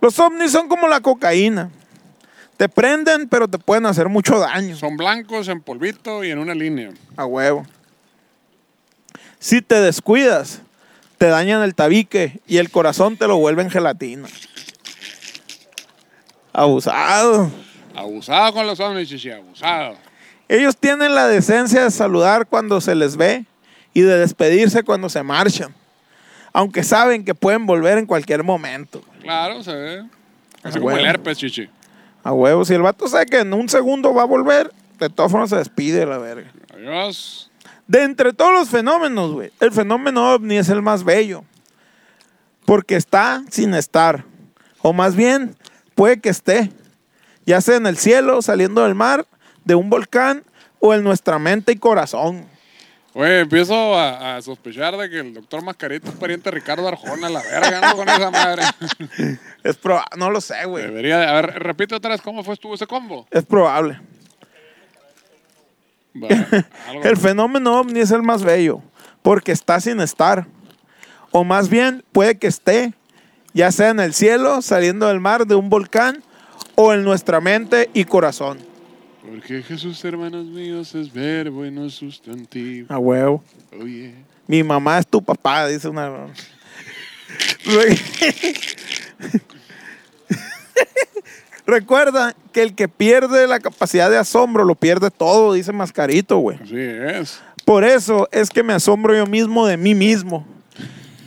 Los ovnis son como la cocaína. Te prenden, pero te pueden hacer mucho daño. Son blancos en polvito y en una línea. A huevo. Si te descuidas, te dañan el tabique y el corazón te lo vuelven gelatina. Abusado. Abusado con los ovnis, chichi, abusado. Ellos tienen la decencia de saludar cuando se les ve y de despedirse cuando se marchan, aunque saben que pueden volver en cualquier momento. Claro, se ve. Así Ah, como bueno. el herpes, chichi. A huevo, si el vato sabe que en un segundo va a volver, de todas formas se despide la verga. Adiós. De entre todos los fenómenos, güey, el fenómeno ovni es el más bello, porque está sin estar, o más bien, puede que esté, ya sea en el cielo, saliendo del mar, de un volcán, o en nuestra mente y corazón. Oye, empiezo a, a sospechar de que el doctor Mascarito es pariente de Ricardo Arjona, la verga, ¿no? Con esa madre. Es proba- no lo sé, güey. Debería de... A ver, repito otra vez, ¿cómo fue estuvo ese combo? Es probable. Va, algo- El fenómeno ovni es el más bello, porque está sin estar. O más bien, puede que esté, ya sea en el cielo, saliendo del mar, de un volcán, o en nuestra mente y corazón. Porque Jesús, hermanos míos, es verbo y no es sustantivo. A huevo. Oye. Mi mamá es tu papá, dice una. Luego- Recuerda que el que pierde la capacidad de asombro lo pierde todo, dice Mascarito, güey. Así es. Por eso es que me asombro yo mismo de mí mismo.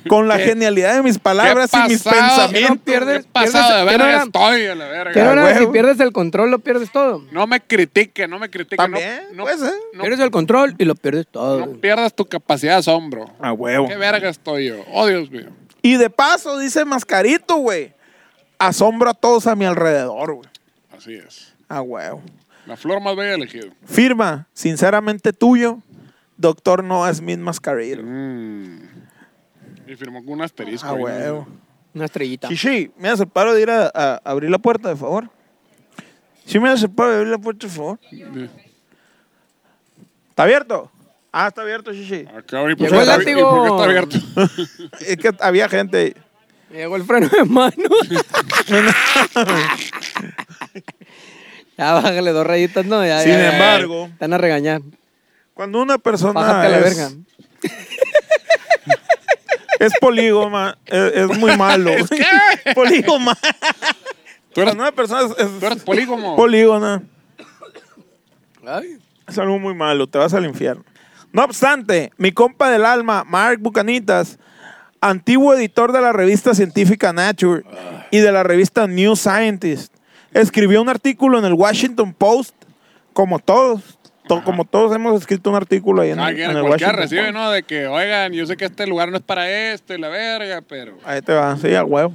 Con la genialidad de mis palabras y mis pasado- pensamientos. ¿Qué pierdes- pasado de pierdes- verga era- estoy, a la verga. Que no era- Ah, huevo. si pierdes el control, lo pierdes todo. No me critique, no me critique. También, no, no, pues, ¿eh? no, Pierdes el control y lo pierdes todo. no pierdas tu capacidad de asombro. A huevo. Qué verga estoy yo. Oh, Dios mío. Y de paso, dice Mascarito, güey. Asombro a todos a mi alrededor, güey. Así es. A huevo. La flor más bella elegido. Firma, sinceramente tuyo, Doctor Noah Smith Mascarito. Mm, Ah, Y firmó con un asterisco. A ahí, ¿no? Ah, huevo. Una estrellita. Chichi, me hace paro de ir a, a abrir la puerta, de favor. Sí, me hace paro de abrir la puerta, de favor. ¿Está abierto? Ah, está abierto, Chichi. Acá, ¿y por, Llegó qué el está, y látigo. por qué está abierto? Es que había gente. ahí. Me Llegó el freno de mano. ya bájale dos rayitas, no. Ya, Sin ya, ya, ya. embargo- Te van a regañar. Cuando una persona Bájate a la es, verga. es polígoma, es, es muy malo. ¿Qué? polígoma. Tú eres, Cuando una persona es, es tú eres polígono. polígona, Ay, es algo muy malo, te vas al infierno. No obstante, mi compa del alma, Mark Bucanitas, antiguo editor de la revista científica Nature y de la revista New Scientist, escribió un artículo en el Washington Post, como todos, to- como todos hemos escrito un artículo ahí en, Ah, el- que en el cualquiera Washington recibe, Post. ¿no? De que, oigan, yo sé que este lugar no es para esto y la verga, pero. Ahí te va, sí, a huevo.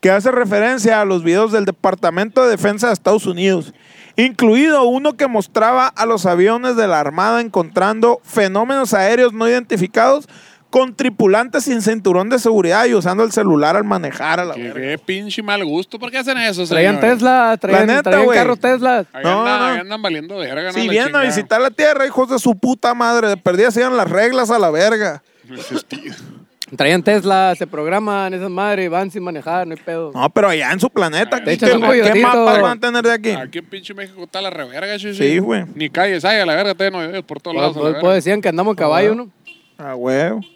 Que hace referencia a los videos del Departamento de Defensa de Estados Unidos, incluido uno que mostraba a los aviones de la Armada encontrando fenómenos aéreos no identificados con tripulantes sin cinturón de seguridad y usando el celular al manejar a la Qué, verga. qué pinche mal gusto. ¿por qué hacen eso, Traían señores? Tesla, traían, neta, traían güey. carro Tesla. Ahí, No, andan, no. ahí andan valiendo de verga. Si vienen a visitar la tierra, hijos de su puta madre, de perdida se iban las reglas a la verga. Traían Tesla, se programan esas madres, van sin manejar, no hay pedo. No, pero allá en su planeta, Te ¿qué, echan un qué coyotito. mapas van a tener de Ah, aquí? Aquí en pinche México está la reverga, sí, Sí, güey. Ni calles hay a la verga, te no hay por todos Pues, lados. a la pues, verga. pues decían que andamos a caballo, ¿no? Ah, huevo. pues.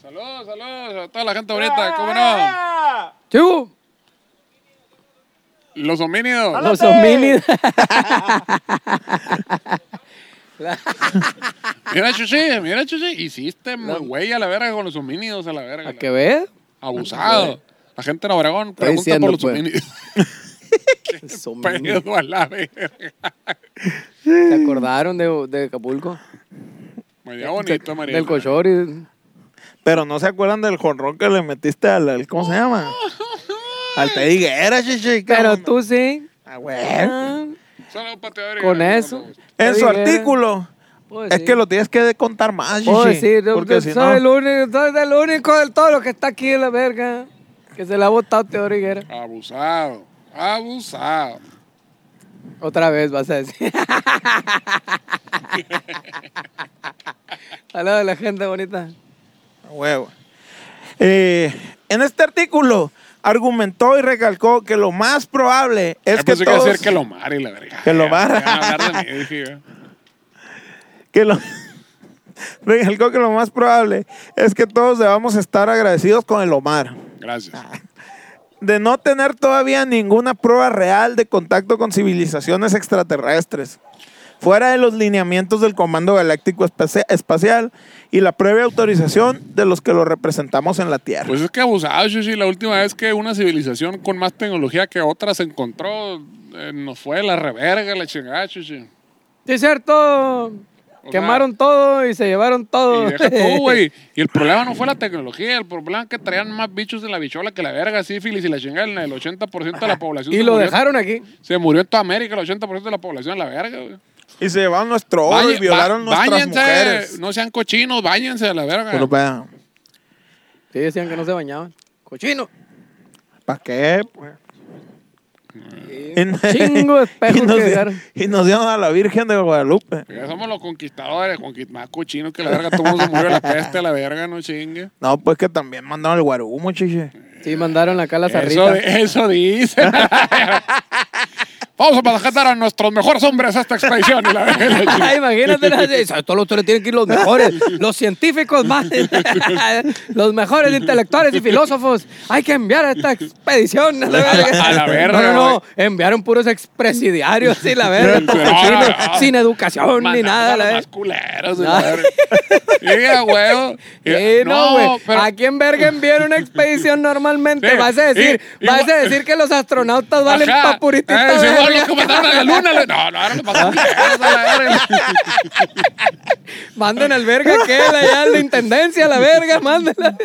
Saludos, saludos a toda la gente bonita, ¿cómo no? Chivo, Los homínidos. los homínidos. Mira, Chuchi, mira, Chuchi. Hiciste muy güey a la verga con los homínidos, a la verga. ¿A Ah, qué ves? Abusado. La gente en Obregón pregunta diciendo, por los pues. homínidos. Los homínidos. Pedo a la verga. ¿Se acordaron de, de Acapulco? María bonito, María. Del Cochori. Pero no se acuerdan del jonrón que le metiste al, al- ¿cómo se llama? Al Te Higuera, chichi. Pero cabrón. tú sí. Ah, huevo. Solo pateador y Con ganador, eso. me gusta. En su Te Pues Higuera. artículo, Puedo es decir- que lo tienes que contar más, chichi. Puedo decir, yo- porque yo si pues, soy, no... el único, soy el único de todo lo que está aquí en la verga. Que se le ha botado Teodoro Higuera. Abusado. Abusado. Otra vez vas a decir. Hola de la gente bonita. Huevo. Eh, en este artículo argumentó y recalcó que lo más probable es Ah, pues Yo pensé que iba que a todos... decir que lo mare y la verga. Que lo Ya, mara. ya van a hablar de mí, dije yo. que lo... recalcó que lo más probable es que todos debamos estar agradecidos con el Omar. Gracias. De no tener todavía ninguna prueba real de contacto con civilizaciones extraterrestres. Fuera de los lineamientos del Comando Galáctico Espacia- Espacial y la previa autorización de los que lo representamos en la Tierra. Pues es que abusado, Shushi. La última vez que una civilización con más tecnología que otra se encontró, eh, nos fue la reverga, la chingada, Shushi. Sí, es cierto. sea- Quemaron todo y se llevaron Oh. todo. Y deja tú, güey. Y el problema no fue la tecnología, el problema es que traían más bichos de la bichola que la verga, sífilis y la chingada. El 80% de la población Y se lo murió- dejaron aquí. Se murió en toda América, el 80% de la población, la verga, güey. Y se llevaron nuestro oro y Bañe- violaron ba- nuestras báñense, mujeres. Pues, No sean cochinos, váyanse a la verga. Pero, pa- Sí, decían que no se bañaban. Cochino. ¿Para qué? pues? Eh. Chingo de espejos y, nos, que di- dejaron. y nos dieron a la Virgen de Guadalupe. Ya somos los conquistadores, conquist- más cochinos que la verga. Todo el mundo se murió de la peste, la verga, no chingue. No, pues que también mandaron el guarumo, chiche. Sí, mandaron acá la Eso, zarrita. di- eso dice. Vamos a mandar a nuestros mejores hombres a esta expedición. y la verga, la Ah, chingada. Imagínate, las- eso, todos ustedes tienen que ir los mejores, los científicos más, los mejores intelectuales y filósofos. Hay que enviar a esta expedición. A la verga. a la verga, No, no, no. Enviaron puros expresidiarios y la verga. Pero, todos cochinos, ah, ah. sin educación ni Mandamos nada. a La los verga. más culeros. y No. la verga. Sí, a huevo. Sí, no, güey. Eh, pero- ¿A quién verga enviar una expedición normalmente? Sí, vas a decir, y- vas a igual- decir que los astronautas valen Ajá. pa' puritita Eh, sí, verga. igual los que mandaron a la luna. le- No, no, ahora los más culeros, a la verga. Manden al verga que allá a la intendencia, a la verga, mándenla.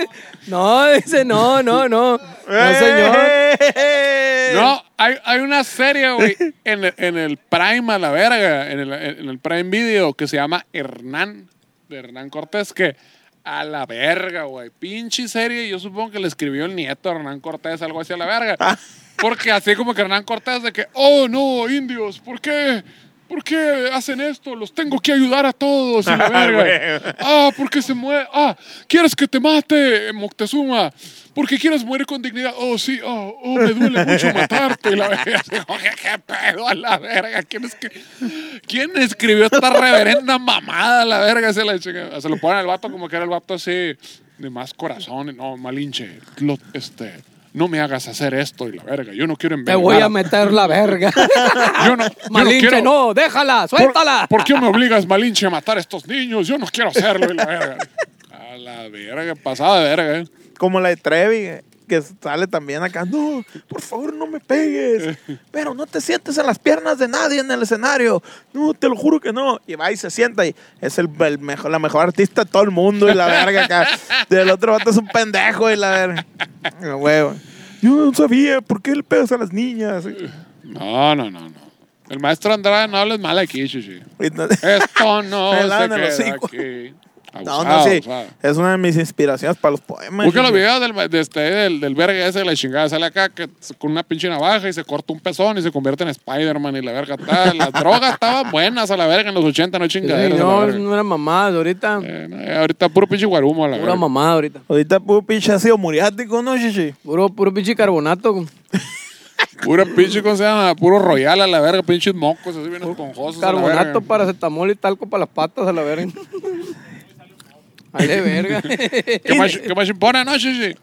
No, dice, no, no, no. No, Eh. señor. No, hay, hay una serie, güey, en, el- en el Prime a la verga, en el, en el Prime Video, que se llama Hernán, de Hernán Cortés, que a la verga, güey. Pinche serie, yo supongo que le escribió el nieto a Hernán Cortés, algo así a la verga. Porque así como que Hernán Cortés de que, oh no, indios, ¿por qué? ¿Por qué hacen esto? Los tengo que ayudar a todos. y la verga. ah, porque se mueve. Ah, ¿quieres que te mate, Moctezuma? Porque quieres morir con dignidad. Oh, sí, oh, oh, me duele mucho matarte. y La verga. Oye, qué pedo a la verga. ¿Quién, es que- ¿Quién escribió esta reverenda mamada a la verga? Se, la chinga- se lo ponen al vato como que era el vato así de más corazón. No, malinche. Lo- este, no me hagas hacer esto y la verga. Yo no quiero Te envenenar. voy a meter la verga. Yo no, yo no Malinche, quiero- no, déjala, ¿Por, suéltala. por qué me obligas, Malinche, a matar a estos niños? Yo no quiero hacerlo. y la verga. A la verga, pasada de verga. eh. Como la de Trevi, que sale también acá. No, por favor, no me pegues. Pero no te sientes en las piernas de nadie en el escenario. No, te lo juro que no. Y va y se sienta y es el, el mejor, la mejor artista de todo el mundo y la verga acá. Del otro vato es un pendejo y la verga. Ah, Huevo. Yo no sabía por qué le pegas a las niñas. No, no, no, no. El maestro Andrade no hables mal aquí, Chichi. Y no- Esto no Me se lavan el queda hocico. aquí. No, Abusado, no, sí. abusado. Es una de mis inspiraciones para los poemas. Busca los güey. videos del, de este, del, del verga ese de la chingada. Sale acá que, s- con una pinche navaja y se corta un pezón y se convierte en Spider-Man y la verga tal. Las drogas estaban buenas a la verga en los 80, no chingaderas. a la no, verga. no era mamada ahorita. Eh, no, eh, ahorita puro pinche guarumo a la Pura verga. mamada ahorita. Ahorita puro pinche ácido muriático, ¿no, chichi? Puro, puro pinche carbonato. Pura pinche, ¿cómo se llama? Puro royal a la verga, pinches mocos así bien esponjosos. a la verga. Carbonato, paracetamol y talco para las patas a la verga. A la verga. ¿Qué más, qué más impone, no, chichi?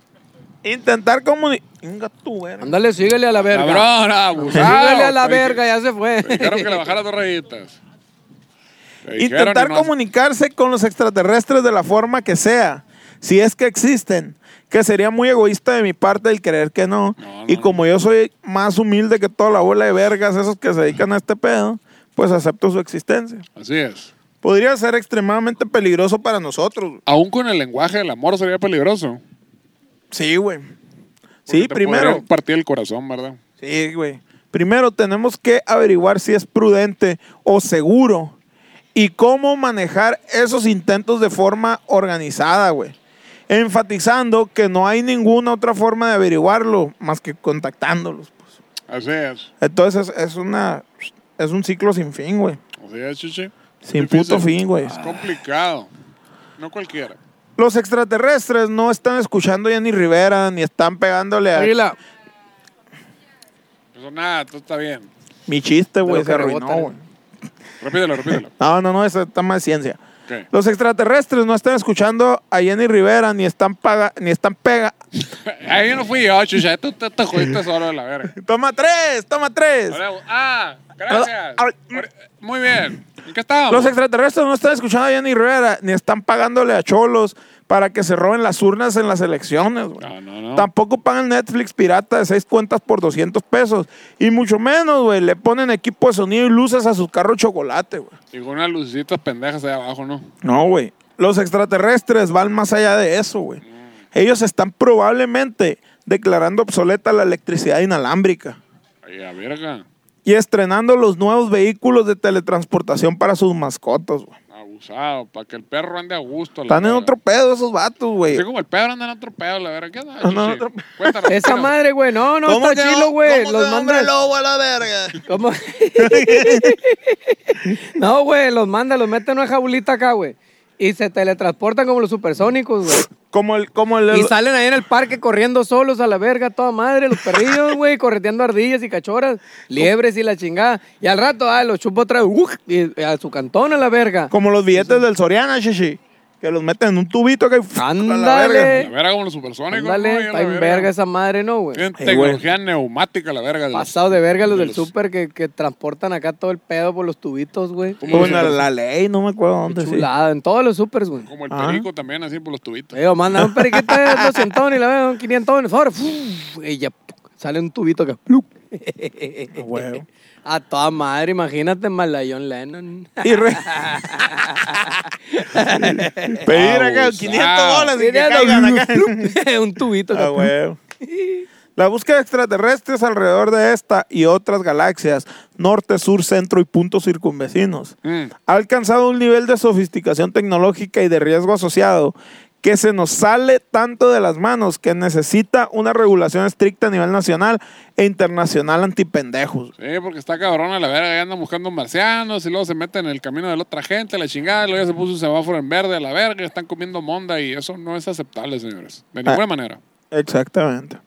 Intentar comunicar. Venga tú, güey. Ándale, síguele a la verga. Cabrón, abusado. Síguele a la Te dije- verga, ya se fue. te Dijeron que le bajara dos rayitas. Te dijeron Intentar y no- comunicarse con los extraterrestres de la forma que sea, si es que existen, que sería muy egoísta de mi parte el creer que no. No, y no, como yo soy más humilde que toda la bola de vergas, esos que se dedican a este pedo, pues acepto su existencia. Así es. Podría ser extremadamente peligroso para nosotros. Aún con el lenguaje del amor sería peligroso. Sí, güey. Sí, Te primero. podrían partir el corazón, ¿verdad? Sí, güey. Primero tenemos que averiguar si es prudente o seguro y cómo manejar esos intentos de forma organizada, güey. Enfatizando que no hay ninguna otra forma de averiguarlo más que contactándolos. pues. Así es. Entonces es una es un ciclo sin fin, güey. Así es, chichi. Sin Difícil. puto fin, güey. Es complicado. No cualquiera. Los extraterrestres no están escuchando ya ni Rivera ni están pegándole a Águila. Este Eso nada, todo está bien. mi chiste, güey, lo se que rebota, arruinó, ¿no? güey. Repítelo, repítelo. No, no, no, eso está más ciencia. Ok. Los extraterrestres no están escuchando a Jenny Rivera ni están paga, ni están pega. Ahí no fui yo, chucha. Tú te, te jodiste solo de la verga. Toma tres, toma tres. Ahora- Ah, gracias. Ahora- mm. Ahora- Muy bien. ¿En qué estábamos? Los extraterrestres no están escuchando a Jenny Rivera ni están pagándole a cholos para que se roben las urnas en las elecciones. güey. No, no, no. Tampoco pagan Netflix pirata de seis cuentas por 200 pesos. Y mucho menos, güey, le ponen equipo de sonido y luces a sus carros chocolate, güey. Y con unas lucecitas pendejas ahí abajo, ¿no? No, güey. Los extraterrestres van más allá de eso, güey. Mm. Ellos están probablemente declarando obsoleta la electricidad inalámbrica Ay, a verga. y estrenando los nuevos vehículos de teletransportación para sus mascotas, güey. Abusado. Para que el perro ande a gusto. la Están en verga. otro pedo esos vatos, güey. Sí, como el perro anda en otro pedo, la verga. ¿Qué onda? Anda en chichi? otro pedo. Cuéntanos, Esa cuéntanos. madre, güey. No, no, está chilo, güey. Los mandan. lobo a la verga? ¿Cómo? no, güey, los manda, los mete en una jaulita acá, güey. Y se teletransportan como los supersónicos, güey. Como el, como el, Y salen ahí en el parque corriendo solos a la verga, toda madre, los perrillos, güey, correteando ardillas y cachoras, liebres y la chingada. Y al rato, ah, los chupo otra vez, ¡uj! y a su cantón a la verga. como los billetes del Soriana, chichi. Que los meten en un tubito que a la Ándale. verga. La verga como los supersónicos. ¿no? Ándale, Y a la está en verga esa madre, ¿no, güey? Tienen güey. tecnología neumática, la verga. de los- Pasado de verga los de del súper que, que transportan acá todo el pedo por los tubitos, güey. Como Como los en la, super- la ley, no me acuerdo dónde. sí. Chulada, en todos los supers, güey. Como el Ah. perico también, así por los tubitos. Digo, manda un periquito de 200 y la veo un 500 sobre. ¡fuf! Y ya ¡puc! sale un tubito que ¡pluc! A huevo. A toda madre, imagínate Malayón Lennon. Y re- Pedir acá Abusado. 500 Ah, dólares y que Mira, caigan acá. ¡pluc! un tubito que Ah, ¡pluc! huevo. La búsqueda de extraterrestres alrededor de esta y otras galaxias, norte, sur, centro y puntos circunvecinos, Mm. ha alcanzado un nivel de sofisticación tecnológica y de riesgo asociado que se nos sale tanto de las manos que necesita una regulación estricta a nivel nacional e internacional antipendejos. Sí, porque está cabrona la verga, ya andan buscando marcianos y luego se meten en el camino de la otra gente, la chingada, luego ya se puso un semáforo en verde a la verga, están comiendo monda y eso no es aceptable, señores. De ninguna Ah. manera. Exactamente.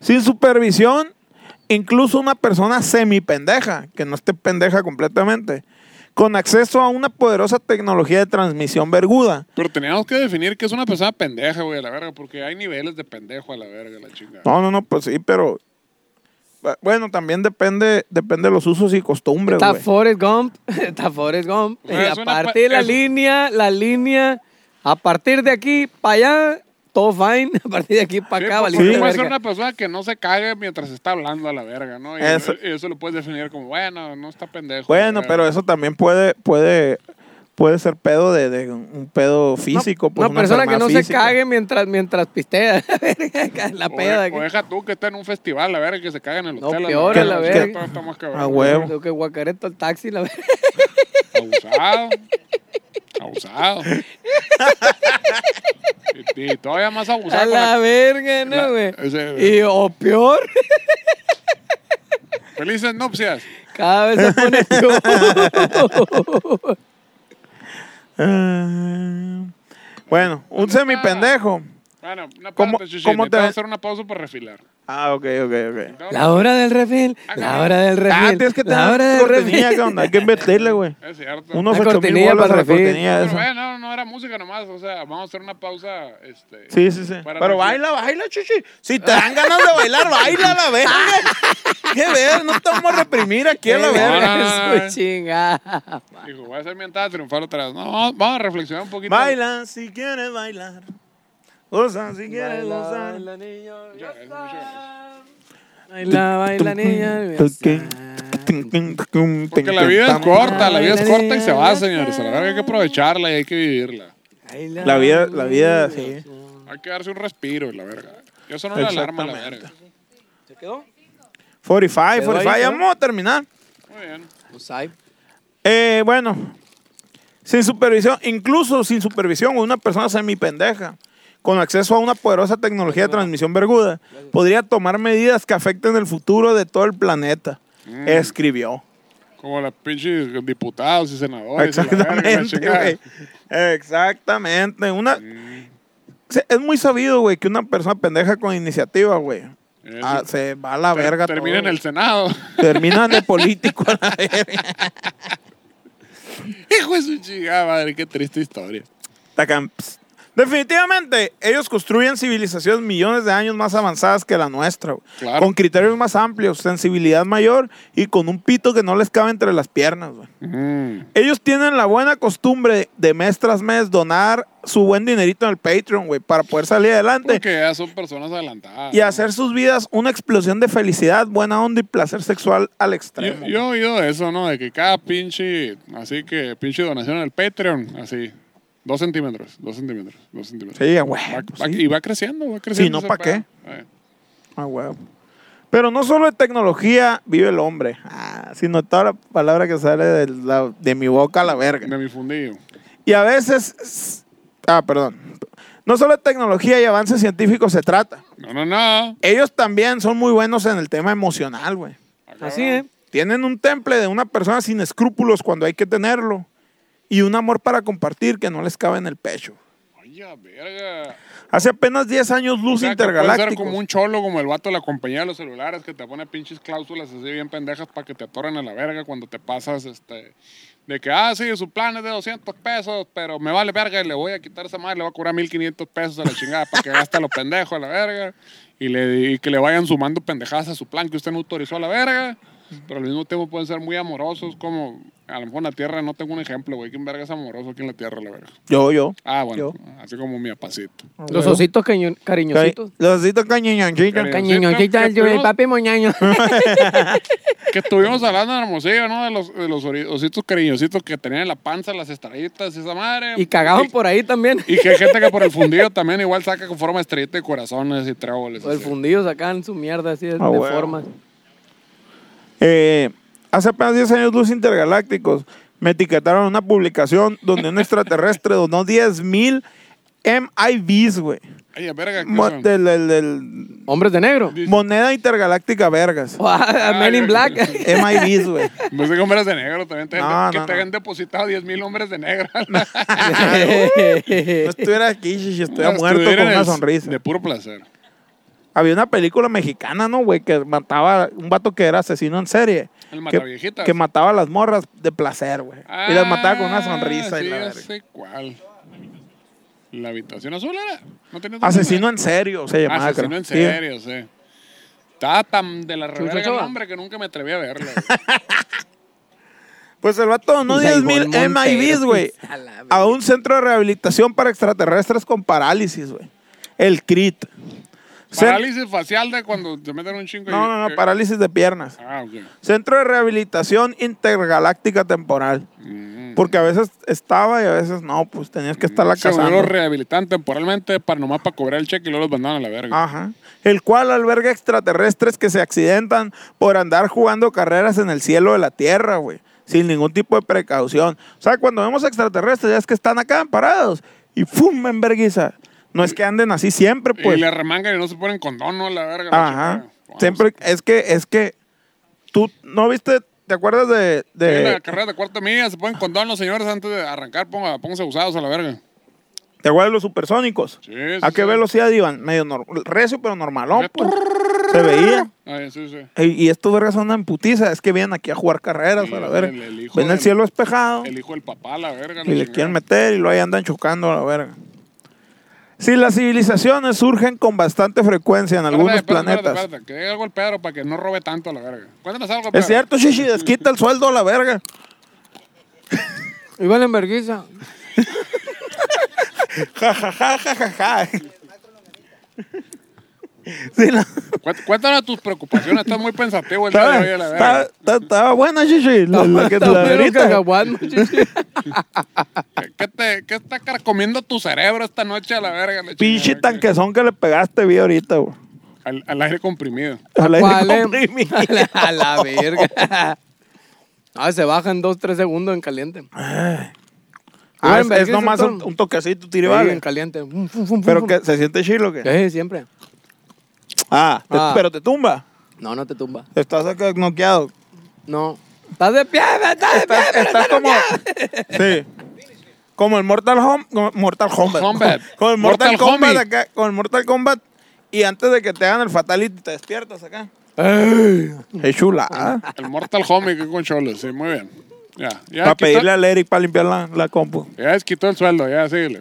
Sin supervisión, incluso una persona semipendeja, que no esté pendeja completamente, con acceso a una poderosa tecnología de transmisión verguda. Pero teníamos que definir que es una persona pendeja, güey, a la verga, porque hay niveles de pendejo a la verga, la chingada. No, no, no, pues sí, pero bu- bueno, también depende, depende de los usos y costumbres, Está güey. Forrest Gump. Está Forrest Gump. Y Ah, Es a una pa- partir de la es- línea, la línea, a partir de aquí para allá, todo fine. A partir de aquí para Sí, acá, pues, valiente porque puede ser verga. una persona que no se cague mientras está hablando a la verga, ¿no? Y y eso, Eso. lo puedes definir como, bueno, no está pendejo. eh, Bueno, la pero verga. eso también puede, puede, puede ser pedo de, de un pedo físico. Una- pues, una, persona que no enfermedad se física. cague mientras, mientras pistea. la O de- peda. O, deja tú que está en un festival, la verga, y que se caguen en el No, hotel. peor, a la a la verga. verga. Todo está más cabrón. A huevo. Lo que guacareto el taxi, la verga. Abusado. Abusado. y, y todavía más A abusado. con la la- verga, la- ¿no, güey? ese- Y o peor, Felices nupcias. cada vez se pone peor. Ah, bueno, un semipendejo. Bueno, una ¿Cómo- pausa, Chuchi. cómo Te... voy te- a hacer una pausa para refilar. Ah, ok, ok, ok. Entonces, La hora del refil, la hora del refil. Ah, tienes que la hora tener del refil. cortinilla, ¿qué onda? Hay que invertirle, güey. Es cierto. Unos 8 Una mil cortinilla bolas a para la el refil. cortinilla Pero esa. bueno, no, no era música nomás. O sea, vamos a hacer una pausa. Este, Sí, sí, sí. Para Pero refilar. baila, baila, chichi. Si te dan ganas de bailar, baila a la verga. ¿Qué ver? No te vamos a reprimir aquí a la La verga. no, no, verga no. es su chingada. Dijo, voy a hacer mi entrada a triunfar otra vez. No, vamos- vamos a reflexionar un poquito. Baila si quieres bailar. Goza si quieres Baila, gozar. baila, niño, Muchas gracias, muchas gozar. Baila, baila, niña, Porque la vida es corta, la vida es Baila, corta y se va, baila. señores. A la verga hay que aprovecharla y hay que vivirla. Baila, La vida, la vida, sí. Hay que darse un respiro, la verga. Yo sono una alarma, la verga. ¿Se quedó? 45, Quedó ahí, 45. Ya ¿no? vamos a terminar. Muy bien. Pues ahí. Eh, bueno, sin supervisión, incluso sin supervisión, una persona semipendeja con acceso a una poderosa tecnología de transmisión verguda podría tomar medidas que afecten el futuro de todo el planeta. Mm. Escribió. Como los pinches diputados y senadores. y la verga, la Exactamente, chingada. güey. Exactamente. Una... Se- Es muy sabido, güey, que una persona pendeja con iniciativa, güey, Eso. ah, se va a la verga. todo, Termina en güey. el Senado. Termina de político a la verga. Hijo de su chingada madre, qué triste historia. Tacán, ps. Definitivamente, ellos construyen civilizaciones millones de años más avanzadas que la nuestra, güey. Claro. con criterios más amplios, sensibilidad mayor y con un pito que no les cabe entre las piernas. güey. Mm. Ellos tienen la buena costumbre de mes tras mes donar su buen dinerito en el Patreon, güey, para poder salir adelante Porque ya son personas adelantadas. y hacer sus vidas una explosión de felicidad, buena onda y placer sexual al Yo, extremo. yo he oído eso, ¿no? De que cada pinche, así que pinche donación en el Patreon, así, dos centímetros, dos centímetros, dos centímetros. Sí, güey. Va- pues va- sí. Y va creciendo, va creciendo. no, ese ¿pa' qué? pedo. Eh. Ah, huevo. Pero no solo de tecnología vive el hombre, ah, sino toda la palabra que sale de, la- de mi boca a la De verga. Eh, mi fundillo. Y a veces... s- Ah, perdón. No solo de tecnología y avances científicos se trata. No, no, no. Ellos también son muy buenos en el tema emocional, güey. Así, ¿eh? Tienen un temple de una persona sin escrúpulos cuando hay que tenerlo. Y un amor para compartir que no les cabe en el pecho. Oye, verga. Hace apenas 10 años luz O sea, que Puede ser intergalácticos. como un cholo, como el vato de la compañía de los celulares que te pone pinches cláusulas así bien pendejas para que te atoren a la verga cuando te pasas, este, de que, ah, sí, su plan es de 200 pesos, pero me vale verga y le voy a quitar esa madre, le voy a cobrar 1500 pesos a la chingada para que gaste a los pendejos a la verga y, le, y que le vayan sumando pendejadas a su plan que usted no autorizó a la verga. Pero al mismo tiempo pueden ser muy amorosos, como a lo mejor en la tierra, no tengo un ejemplo, güey. ¿Quién verga es amoroso aquí en la tierra, la verga? Yo, yo. Ah, bueno, Yo. así como mi apacito. Los ositos caño- cariñositos. Los ositos cañoñoncitos. Cariño. Cañoñositos, ¿Qué pedo? el papi moñaño. Que estuvimos hablando en Hermosillo, ¿no? De los, de los ori- ositos cariñositos que tenían en la panza, las estrellitas y esa madre. Y cagaban Y- por ahí también. Y que hay gente que por el fundido también igual saca con forma de estrellita y corazones y tréboles. O el así. fundido sacaban su mierda así de, Ah, de huevo. forma. Eh, hace apenas 10 años Luz Intergalácticos me etiquetaron en una publicación donde un extraterrestre donó 10 mil MIVs, güey. Ay, verga, ¿qué Mo- son? del- del- del- Hombres de negro. moneda intergaláctica vergas. O a- a Men in Black. MIVs, güey. No sé que hombres de negro también. Te, No, que no, te no. hayan depositado 10 mil hombres de negro. No estuviera aquí, si estuviera No, muerto con estuvieran en una el- sonrisa. De puro placer. Había una película mexicana, ¿no, güey? Que mataba un vato que era asesino en serie. El Que, mataviejitas. que mataba a las morras de placer, güey. y las mataba con una Ah, sonrisa sí, y la ya verga. sé cuál. La habitación azul era. ¿No tenías Asesino en serio se llamaba. Ah, Asesino creo. en Sí. serio, sí. Estaba tan de la reverga el Choa. hombre que nunca me atreví a verlo. Pues el vato no Y 10 mil Saibón Montero, MIVs, güey. a la verga. A un centro de rehabilitación para extraterrestres con parálisis, güey. El CRIT. Cen- Parálisis facial de cuando te meten un chingo. y- No, no, eh, no, parálisis de piernas. Ah, ok. Centro de rehabilitación intergaláctica temporal. Mm. Porque a veces estaba y a veces no, pues tenías que estarla Según los cazando. rehabilitan temporalmente para nomás para cobrar el cheque y luego los mandaban a la verga. Ajá. El cual alberga extraterrestres que se accidentan por andar jugando carreras en el cielo de la Tierra, güey. sin ningún tipo de precaución. O sea, cuando vemos extraterrestres, ya es que están acá parados y ¡fum! en verguiza. No es que anden así siempre, pues. Y le remangan y no se ponen condón, ¿no? La verga. la Ajá. chingada. Wow, Siempre, es que, es que, tú no viste, ¿te acuerdas de, sí, de- en la carrera de cuarta milla se ponen condón los señores antes de arrancar, ponga, pónganse usados a la verga. ¿te acuerdas de los supersónicos? Sí, sí, ¿A qué sí. velocidad iban? Medio nor- recio, pero normalón, Recio. pues. Se veía. Ay, sí, sí. Y, y estos vergas andan putiza, es que vienen aquí a jugar carreras, Sí, a la el- verga. el hijo Ven el del- cielo despejado. El hijo del papá, la verga. la Y le chingada. quieren meter y luego ahí andan chocando a la verga. Si las civilizaciones surgen con bastante frecuencia en algunos Espérate, espérate, planetas. espérate, espérate, que diga algo el Pedro para que no robe tanto a la verga. Cuéntanos algo, Pedro. Es cierto, Shishi, desquita el sueldo a la verga. Iba la enverguiza. Ja, ja, ja, ja, ja, ja. Sí, la- Cué- Cuéntanos tus preocupaciones, estás muy pensativo el día de estaba, hoy, a la estaba- verga. estaba- estaba buena, Shishi. La, la que la de ahorita. ¿Qué- ¿Qué, te, ¿Qué está carcomiendo tu cerebro esta noche a la verga? la Pinche chingada? tanquezón que le pegaste, vi ahorita, güey. Al, al aire comprimido. Al aire ¿Cuál, eh? comprimido. A la- A la verga. Ah, se baja en dos, tres segundos en caliente. Ah, Bueno, es, verga, es nomás eso es un, todo. un toquecito, Sí, tire vale. en caliente. Fum, fum, fum, Pero fum. que se siente chilo, que. Sí, siempre. Ah, te- Ah. pero te tumba. No, no te tumba. Estás acá noqueado. No. Estás de pie, güey, estás de pie. Estás, estás como. Sí. Como el Mortal Hom como Mortal Kombat. Kombat. Como el Mortal, Mortal Kombat Homie. acá. Con el Mortal Kombat. Y antes de que te hagan el fatality, te despiertas acá. Es chula. ¿ah? El Mortal Homie que con Cholos, sí, muy bien. Ya, ya. Para quitó- pedirle al Eric para limpiar la, la compu. Ya les quitó el sueldo, ya, síguele.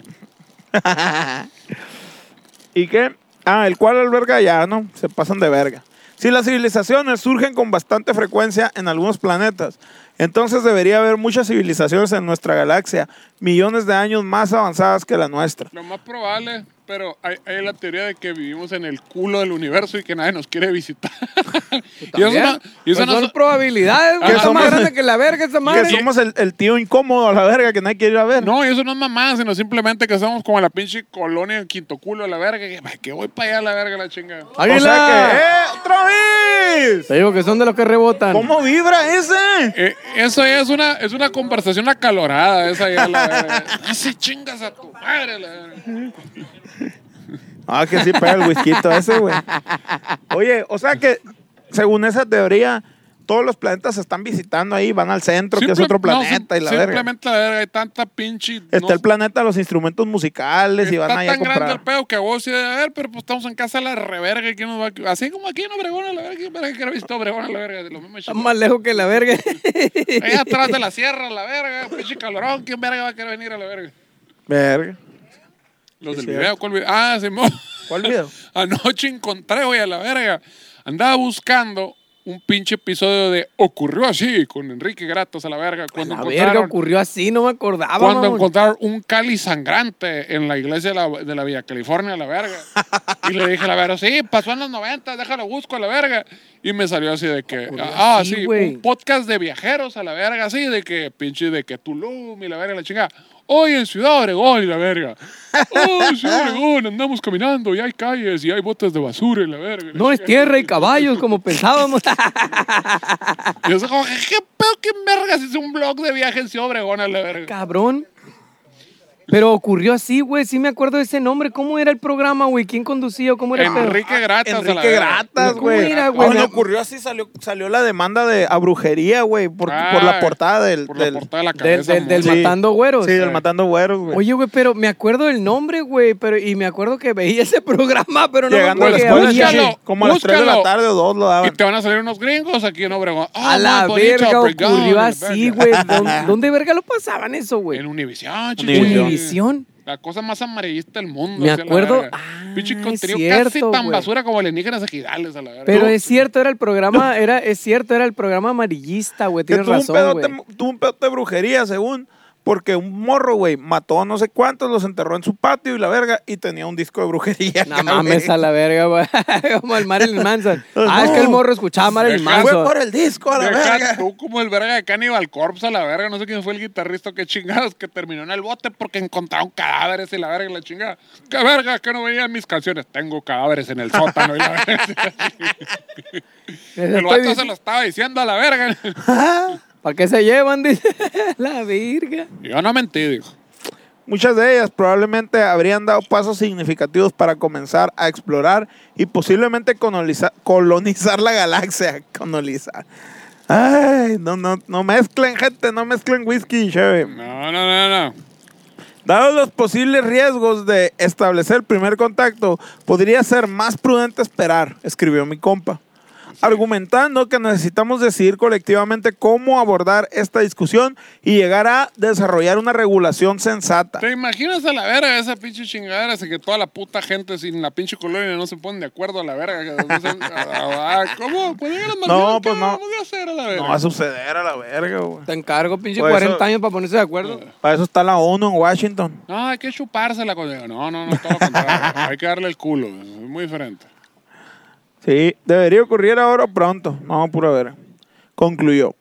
¿Y qué? Ah, el cual alberga ya, ¿no? Se pasan de verga. Si las civilizaciones surgen con bastante frecuencia en algunos planetas, entonces debería haber muchas civilizaciones en nuestra galaxia, millones de años más avanzadas que la nuestra. Lo más probable, pero hay, hay la teoría de que vivimos en el culo del universo y que nadie nos quiere visitar. y eso Pues También. no, y eso Pues no son probabilidades, güey. Que Está más somos- grande que la verga esa Que madre. somos el, el tío incómodo a la verga que nadie quiere ir a ver. No, y eso no es mamá, sino simplemente que somos como la pinche colonia en quinto culo a la verga. Que, ay, que voy para allá a la verga, la chinga. ¡Águila! O sea que, ¡eh! ¡Otra vez! Te digo que son de los que rebotan. ¿Cómo vibra ese? Eh, eso ya es una, es una conversación acalorada, esa ya la verga. Así chingas a tu madre, la verga. Ah, que sí pega el whisky ese, güey. Oye, o sea que, según esa teoría, todos los planetas se están visitando ahí, van al centro, que es Simple- otro no, planeta sim- y la verga. Simplemente la verga, hay tanta pinche. Está no- el planeta de los instrumentos musicales y Está van allá a tan grande el comprar. pedo que a vos sí debe haber, pero pues estamos en casa a la reverga. ¿quién nos va a- Así como aquí en Obregón, a la verga. ¿Quién verga quiere visitar Obregón, a la verga? De los mismos Está chingados. más lejos que la verga. Allá atrás de la sierra, a la verga. Pinche calorón, ¿quién verga va a querer venir a la verga? Verga. Los Es del cierto. video, ¿cuál video? Ah, Simón. ¿Cuál video? Anoche encontré, güey, a la verga. Andaba buscando un pinche episodio de Ocurrió así con Enrique Gratos a la verga. Cuando La verga encontraron, ocurrió así, no me acordaba. cuando mamón. encontraron un cali sangrante en la iglesia de la, de la Villa California a la verga. y le dije a la verga, sí, pasó en los 90, déjalo busco a la verga. Y me salió así de que, Ocurrió ah, así, sí, Pues, güey. un podcast de viajeros a la verga, así, de que pinche, de que Tulum y la verga, la chingada. Hoy en Ciudad Obregón y la verga. Oh, Ciudad Obregón, andamos caminando y hay calles y hay botes de basura y la verga. No es tierra y caballos como pensábamos. Ah, Y yo como, ¿qué pedo, qué vergas? Es un blog de viaje en Ciudad Obregón a la verga. Cabrón. Pero ocurrió así, güey. Sí me acuerdo de ese nombre. ¿Cómo era el programa, güey? ¿Quién conducía o cómo era el pedo? Enrique Gratas a la Enrique verga. Gratas, ¿Cómo güey. era, güey? Cuando Ah, ocurrió así, salió, salió la demanda de a brujería, güey, por, Ah, por la portada del... Por del- la portada de la del- cabeza. del- del mon. ma- Matando güeros. Sí, del Sí. Matando Güeros, güey. Oye, güey, pero me acuerdo del nombre, güey. Pero, y me acuerdo que veía ese programa, pero no Llegando me a la acuerdo escuela, que había. búscalo, Shishi, como a las 3 de la búscalo. tarde o 2 lo Y daban. te van a salir unos gringos aquí en Obregón. Ah, A la muy bonito, verga Obregón, en ocurrió la así, verga. güey. ¿Dónde, dónde verga lo pasaban eso, En güey? Univisión, Univisión. Univisión. La cosa más amarillista del mundo. Me así, a la acuerdo- verga. Ah, Pinche es contenido casi cierto, tan güey. basura como alienígenas ejidales a la verga. Pero No, es cierto, era el programa, era, es cierto, era el programa amarillista, güey. Que Tienes tuvo, razón, un güey. pedote, tuvo un pedote de brujería, según. Porque un morro, güey, mató a no sé cuántos, los enterró en su patio y la verga, y tenía un disco de brujería. No acá, mames güey. a la verga, güey. Como el Marilyn Manson. Ah, es No. que el morro escuchaba a Marilyn Deja- Fue Manson. por el disco, a la deja verga. tú como el verga de Cannibal Corpse a la verga. No sé quién fue el guitarrista que chingados que terminó en el bote porque encontraron cadáveres y la verga y la chingada. ¿Qué verga? Que no venían mis canciones. Tengo cadáveres en el sótano y la verga. Estoy El vato bien- se lo estaba diciendo a la verga. Ah, ¿Para qué se llevan? Dice la virga. Yo no mentí, dijo. Muchas de ellas probablemente habrían dado pasos significativos para comenzar a explorar y posiblemente coloniza- colonizar la galaxia. Colonizar. Ay, no, no, no mezclen, gente, no mezclen whisky y cheve. No, no, no, no. Dados los posibles riesgos de establecer el primer contacto, podría ser más prudente esperar, escribió mi compa, argumentando que necesitamos decidir colectivamente cómo abordar esta discusión y llegar a desarrollar una regulación sensata. ¿Te imaginas a la verga esa pinche chingadera? Así que toda la puta gente sin la pinche colonia no se ponen de acuerdo a la verga. que no se- ah, ah, ¿Cómo? Pues digan las No, marcas, pues ¿qué no. Vamos a hacer a la verga. No va a suceder a la verga, güey. Te encargo, pinche Pues 40 eso- años para ponerse de acuerdo. Para eso está la ONU en Washington. No, hay que chupársela con No, no, no, todo lo contrario. hay que darle el culo. Es muy diferente. Sí, debería ocurrir ahora o pronto. No, pura verga. Concluyó.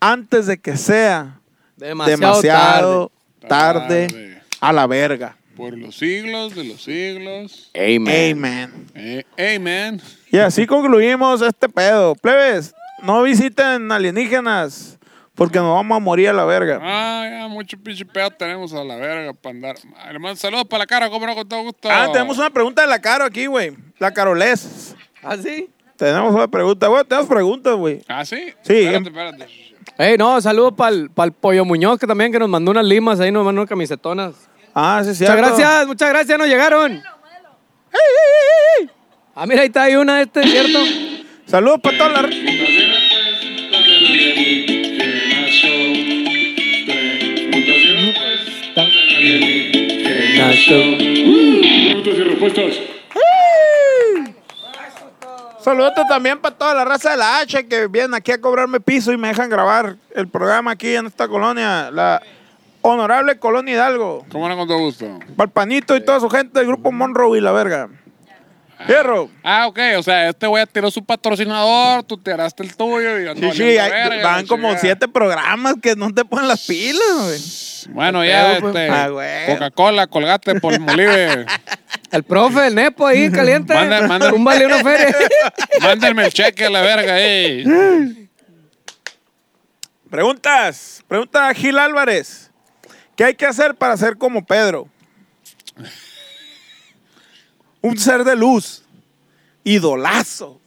Antes de que sea Demasiado, tarde. demasiado, tarde, Tarde. a la verga. Por los siglos de los siglos. Amen. Eh, amen. Y así concluimos este pedo. Plebes, no visiten alienígenas porque nos vamos a morir a la verga. Ah, ya, mucho pinche pedo tenemos a la verga para andar. Hermano, saludos para la cara, cómo no, con todo gusto. Ah, tenemos una pregunta de la Caro aquí, güey. La Carolés. ¿Ah, sí? Tenemos una pregunta. Güey, tenemos preguntas, güey. ¿Ah, sí? Sí. Espérate, espérate. Ey, no, saludos para el, Pollo Muñoz, que también que nos mandó unas limas ahí, nos mandó unas camisetonas. Ah, sí, sí. Muchas gracias, muchas gracias, nos llegaron. Ah, mira, ahí está, hay una este, ¿cierto? Saludos para toda la... Preguntas y respuestas. Saludos también para toda la raza de la H que vienen aquí a cobrarme piso y me dejan grabar el programa aquí en esta colonia, la honorable Colonia Hidalgo. ¿Cómo no, con todo gusto? Palpanito y toda su gente del grupo Monroe y la verga. Fierro. Ah, ok, o sea, este güey tiró su patrocinador, tú te harás el tuyo y andó Sí, sí, valiendo hay- verga, van la como chingada. siete programas que no te ponen las pilas, güey. Bueno, ya, Pero, pues, este, ah, güey. Coca-Cola, colgate, por Molive. El profe, el Nepo ahí, caliente. Manda- manda- Un vale, una feria. Mándenme el cheque a la verga, eh. Preguntas. Pregunta a Gil Álvarez. ¿Qué hay que hacer para ser como Pedro? Un ser de luz. Idolazo.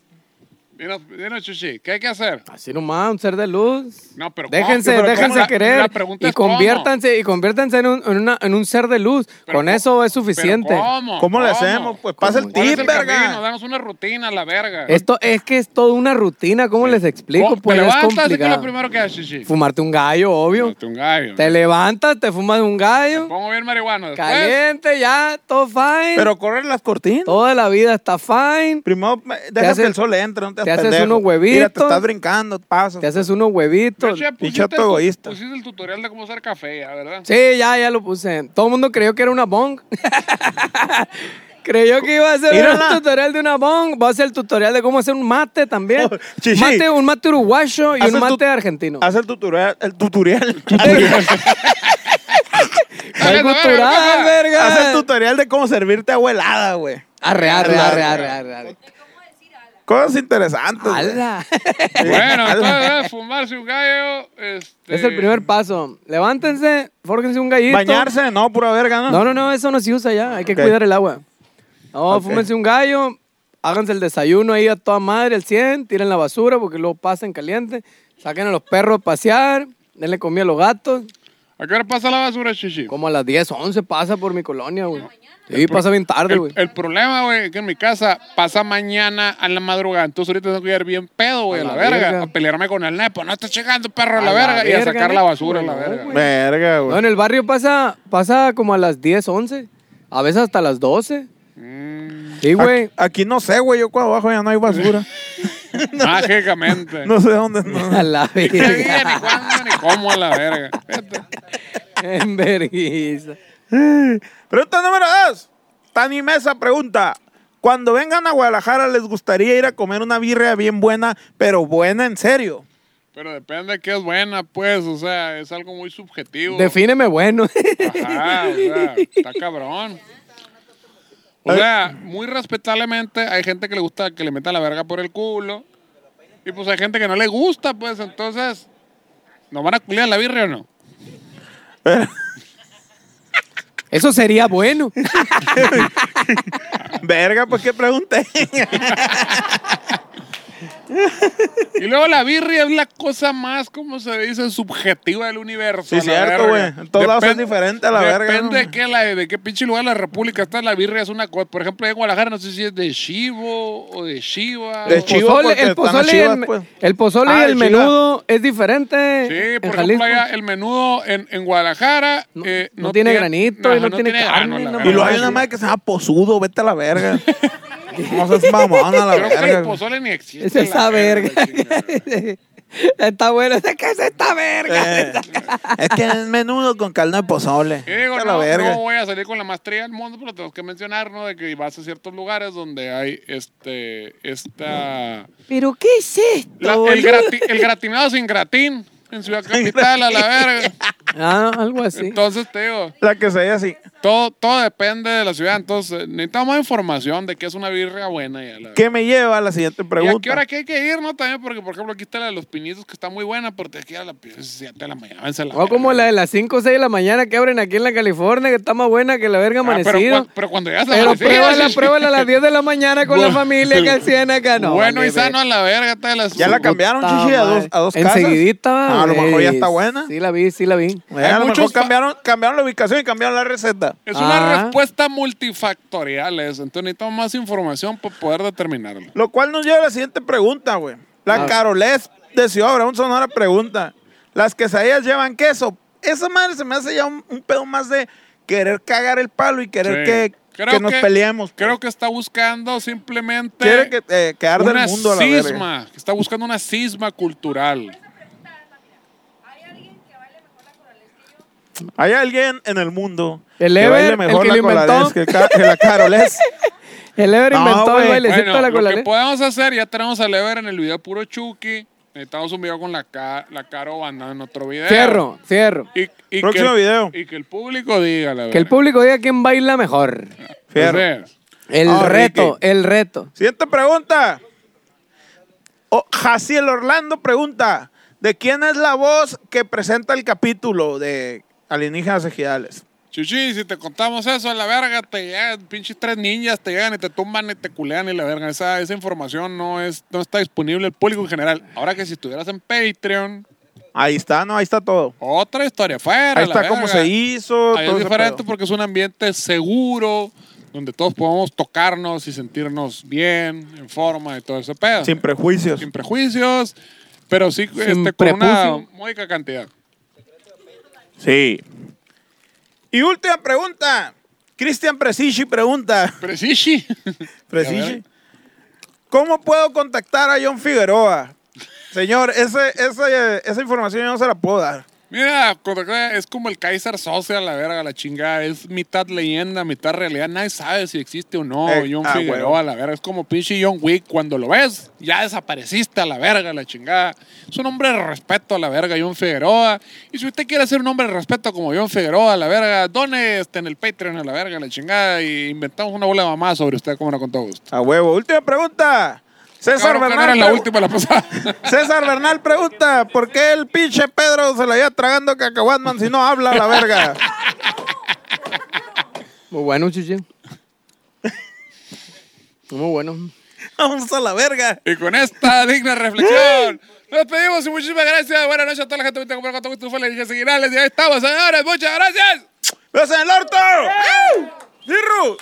Dinos, dinos, Chuchi, ¿qué hay que hacer? Así nomás, un ser de luz. No, pero ¿cómo? Déjense, Pero ¿cómo? déjense La- querer. la pregunta y es cómo. conviértanse, y conviértanse en un, en una- en un ser de luz. Pero Con ¿cómo? eso es ¿Pero suficiente. ¿Cómo? ¿Cómo le hacemos? Pues pasa el ¿Cuál es tip, el camino? verga. Danos una rutina a la verga. Esto es que es toda una rutina, ¿cómo les explico? ¿Cómo? Pues te es levantas y que complicado. lo primero que haces, Chuchi. Fumarte un gallo, obvio. Fumarte un gallo. Te levantas, te fumas un gallo. Pongo bien marihuana después. Caliente, ya, todo fine. Pero corren las cortinas. Toda la vida está fine. Primero, me- deja haces- que el sol entre, no te, te hagas haces pendejo. unos Mira, te huevitos. estás brincando, paso. Te haces unos huevitos. Chuchi, pusiste Pinche el tu- egoísta. Pusiste el tutorial de cómo hacer café, ya, ¿verdad? Sí, ya, ya lo puse. Todo el mundo creyó que era una bong. creyó que iba a ser Mírala. un tutorial de una bong. Va a ser el tutorial de cómo hacer un mate también. Oh, chichi. mate, un mate uruguayo y Haz un el tu- mate argentino. Haz el tutorial. El tutorial. Algo Haz el- cultural, verga. Haz el tutorial de cómo servirte abuelada, güey. Arre, arre, arre, arre, arre, arre. Cosas interesantes. güey. Ala. Bueno, entonces, fumarse un gallo. Este... es el primer paso. Levántense, fórquense un gallito. Bañarse, no, pura verga, ¿no? No, no, no, eso no se usa ya. Hay que Ok. cuidar el agua. No, Ok. fúmense un gallo, háganse el desayuno ahí a toda madre, al 100, tiren la basura porque luego pasan caliente, saquen a los perros a pasear, denle comida a los gatos. ¿A qué hora pasa la basura, Chichi? Como a las 10, 11 pasa por mi colonia, güey. Sí, pasa bien tarde, El, güey. el problema, güey, es que en mi casa pasa mañana a la madrugada. Entonces ahorita tengo que ir bien pedo, güey, a la, verga. A pelearme con el nepo. No estás llegando, perro, a la, verga. Y a sacar verga, la nepo, basura a la no, verga. güey. Verga, No, güey. en el barrio pasa, pasa como a las 10, 11, a veces hasta las 12. Mm. Sí, güey. Ac- Aquí no sé, güey. Yo cuando bajo ya no hay basura. Ah, Mágicamente. no sé dónde. No. A la Ni día, ni verga. cuándo, ni cómo a la verga. Fíjate. En vergüenza. Pregunta número dos. Tan inmensa pregunta. Cuando vengan a Guadalajara, ¿les gustaría ir a comer una birria bien buena, pero buena en serio? Pero depende de qué es buena, pues. O sea, es algo muy subjetivo. Defíneme bueno. Ajá, o sea, está cabrón. O sea, muy respetablemente, hay gente que le gusta que le meta la verga por el culo. Y pues hay gente que no le gusta, pues entonces ¿Nos van a culiar la birria o no? Eso sería bueno. Verga, pues qué pregunté. Y luego la birria es la cosa más, como se dice, subjetiva del universo. Sí, a la cierto, verga. güey. En todos lados es Depen- diferente a la verga, Depende ¿no? de qué, la- de qué pinche lugar de la república está, la birria es una cosa. Por ejemplo, en Guadalajara no sé si es de chivo o de chiva. De o- chivo. Pozole- porque el, están pozole las y el, chivas, me- pues. el pozole y Ah, el de chivas. menudo es diferente. Sí, en por Jalisco. ejemplo, allá el menudo en, en Guadalajara No- eh, no tiene granito y no tiene carne, a ah, la no verga. Y luego hay Sí. una madre que se llama posudo, vete a la verga. No seas mamón a la Creo que el verga. pozole ni existe. Es esa la verga. chingada. está bueno. ¿de ¿Qué es esta verga? Eh, es que es menudo con caldo de pozole. Yo digo, Vete a la no, verga. no voy a salir con la maestría del mundo, pero tengo que mencionar, ¿no? De que vas a ciertos lugares donde hay este, esta... ¿Pero qué es esto? la- el, grati- el gratinado sin gratín en Ciudad Capital, a la verga. Ah, algo así. Entonces, te digo, La que se ve así. todo, todo depende de la ciudad. Entonces, eh, necesitamos más información de qué es una birria buena y a la verga. ¿Qué me lleva a la siguiente ¿Y pregunta? a qué hora que hay que ir, no? También porque, por ejemplo, aquí está la de los pinitos, que está muy buena, pero te que ir a las 7 de la mañana. váyanse a la O como verga. la de las 5 o 6 de la mañana que abren aquí en la California, que está más buena que la verga Ah, pero, amanecido. cua- pero cuando llegas a la Pero oficina, pruébala, sí. pruébala a las 10 de la mañana con la Bueno. familia que al 100 acá. No, bueno vale, y sano a la verga. está de las- Ya la cambiaron, Puta chichi, a dos, madre. a dos casas. Enseguidita. Ah, a lo mejor ya güey. está buena. Sí la vi, sí la vi. Eh, Hay a lo muchos mejor fa- cambiaron, cambiaron la ubicación y cambiaron la receta. Es una Ah. respuesta multifactorial eso. Entonces necesitamos más información para poder determinarlo. Lo cual nos lleva a la siguiente pregunta, güey. Ah. La Carolés de Ciudad Obregón Sonora pregunta. ¿Las quesadillas llevan queso? Esa madre se me hace ya un, un pedo más de querer cagar el palo y querer Sí. que, Creo que nos peleemos. pues. Creo que está buscando simplemente Quiere que, eh, que arda una el mundo a la verga. cisma. Está buscando una cisma cultural. Hay alguien en el mundo El que Ever, baile el mejor que la lo inventó. Coladez que, ca- que la Carolés. El Ever No, inventó güey. el bailecito Bueno, de la lo que colalé. podemos hacer, ya tenemos a Lever en el video puro Chucky. Necesitamos un video con la, ca- la Caro Banda en otro video. Cierro, cierro. Y, y Próximo que, el- video. Y que el público diga, la Que el verga. público diga quién baila mejor. Fierro. Entonces, El Ah, reto, Ricky. el reto. Siguiente pregunta. O- Jaciel Orlando pregunta: ¿De quién es la voz que presenta el capítulo de Alienígenas Ejidales? Chuchi, si te contamos eso, a la verga, te llegan, pinches tres ninjas, te llegan y te tumban y te culean y la verga. Esa, esa información no, es, no está disponible al público en general. Ahora que si estuvieras en Patreon, Ahí está, ¿no? Ahí está todo. otra historia fuera. Ahí está cómo se hizo. Ahí todo es ese diferente pedo. porque es un ambiente seguro, donde todos podemos tocarnos y sentirnos bien, en forma y todo ese pedo. Sin prejuicios. Sin prejuicios, pero sí este, con una prepucio. módica cantidad. Sí. Y última pregunta. Cristian Presichi pregunta. Pero sí, sí. Presichi. ¿Cómo puedo contactar a John Figueroa? Señor, ese, ese- esa información yo no se la puedo dar. Mira, cuando que- es como el Kaiser Social, la verga, la chingada. Es mitad leyenda, mitad realidad. Nadie sabe si existe o no. Eh, John ah, Figueroa, huevo. la verga. Es como pinche John Wick. Cuando lo ves, ya desapareciste a la verga, la chingada. Es un hombre de respeto a la verga, John Figueroa. Y si usted quiere ser un hombre de respeto como John Figueroa, la verga, done este en el Patreon a la verga, la chingada. Y inventamos una bola de mamá sobre usted, como no con todo gusto. A huevo. Última pregunta. César Cabrón, que no era Bernal. la pregu- última la pasada. César Bernal pregunta, ¿por qué el pinche Pedro se la lleva tragando cacahuatman si no habla la verga? Muy bueno, chichi. Muy bueno. Vamos a la verga. Y con esta digna reflexión, nos pedimos y muchísimas gracias. Buenas noches a toda la gente que te con todo gusto. Fue la Liga Seguirales y ahí estamos, señores. Muchas gracias. ¡Ves en el orto! ¡Cirru!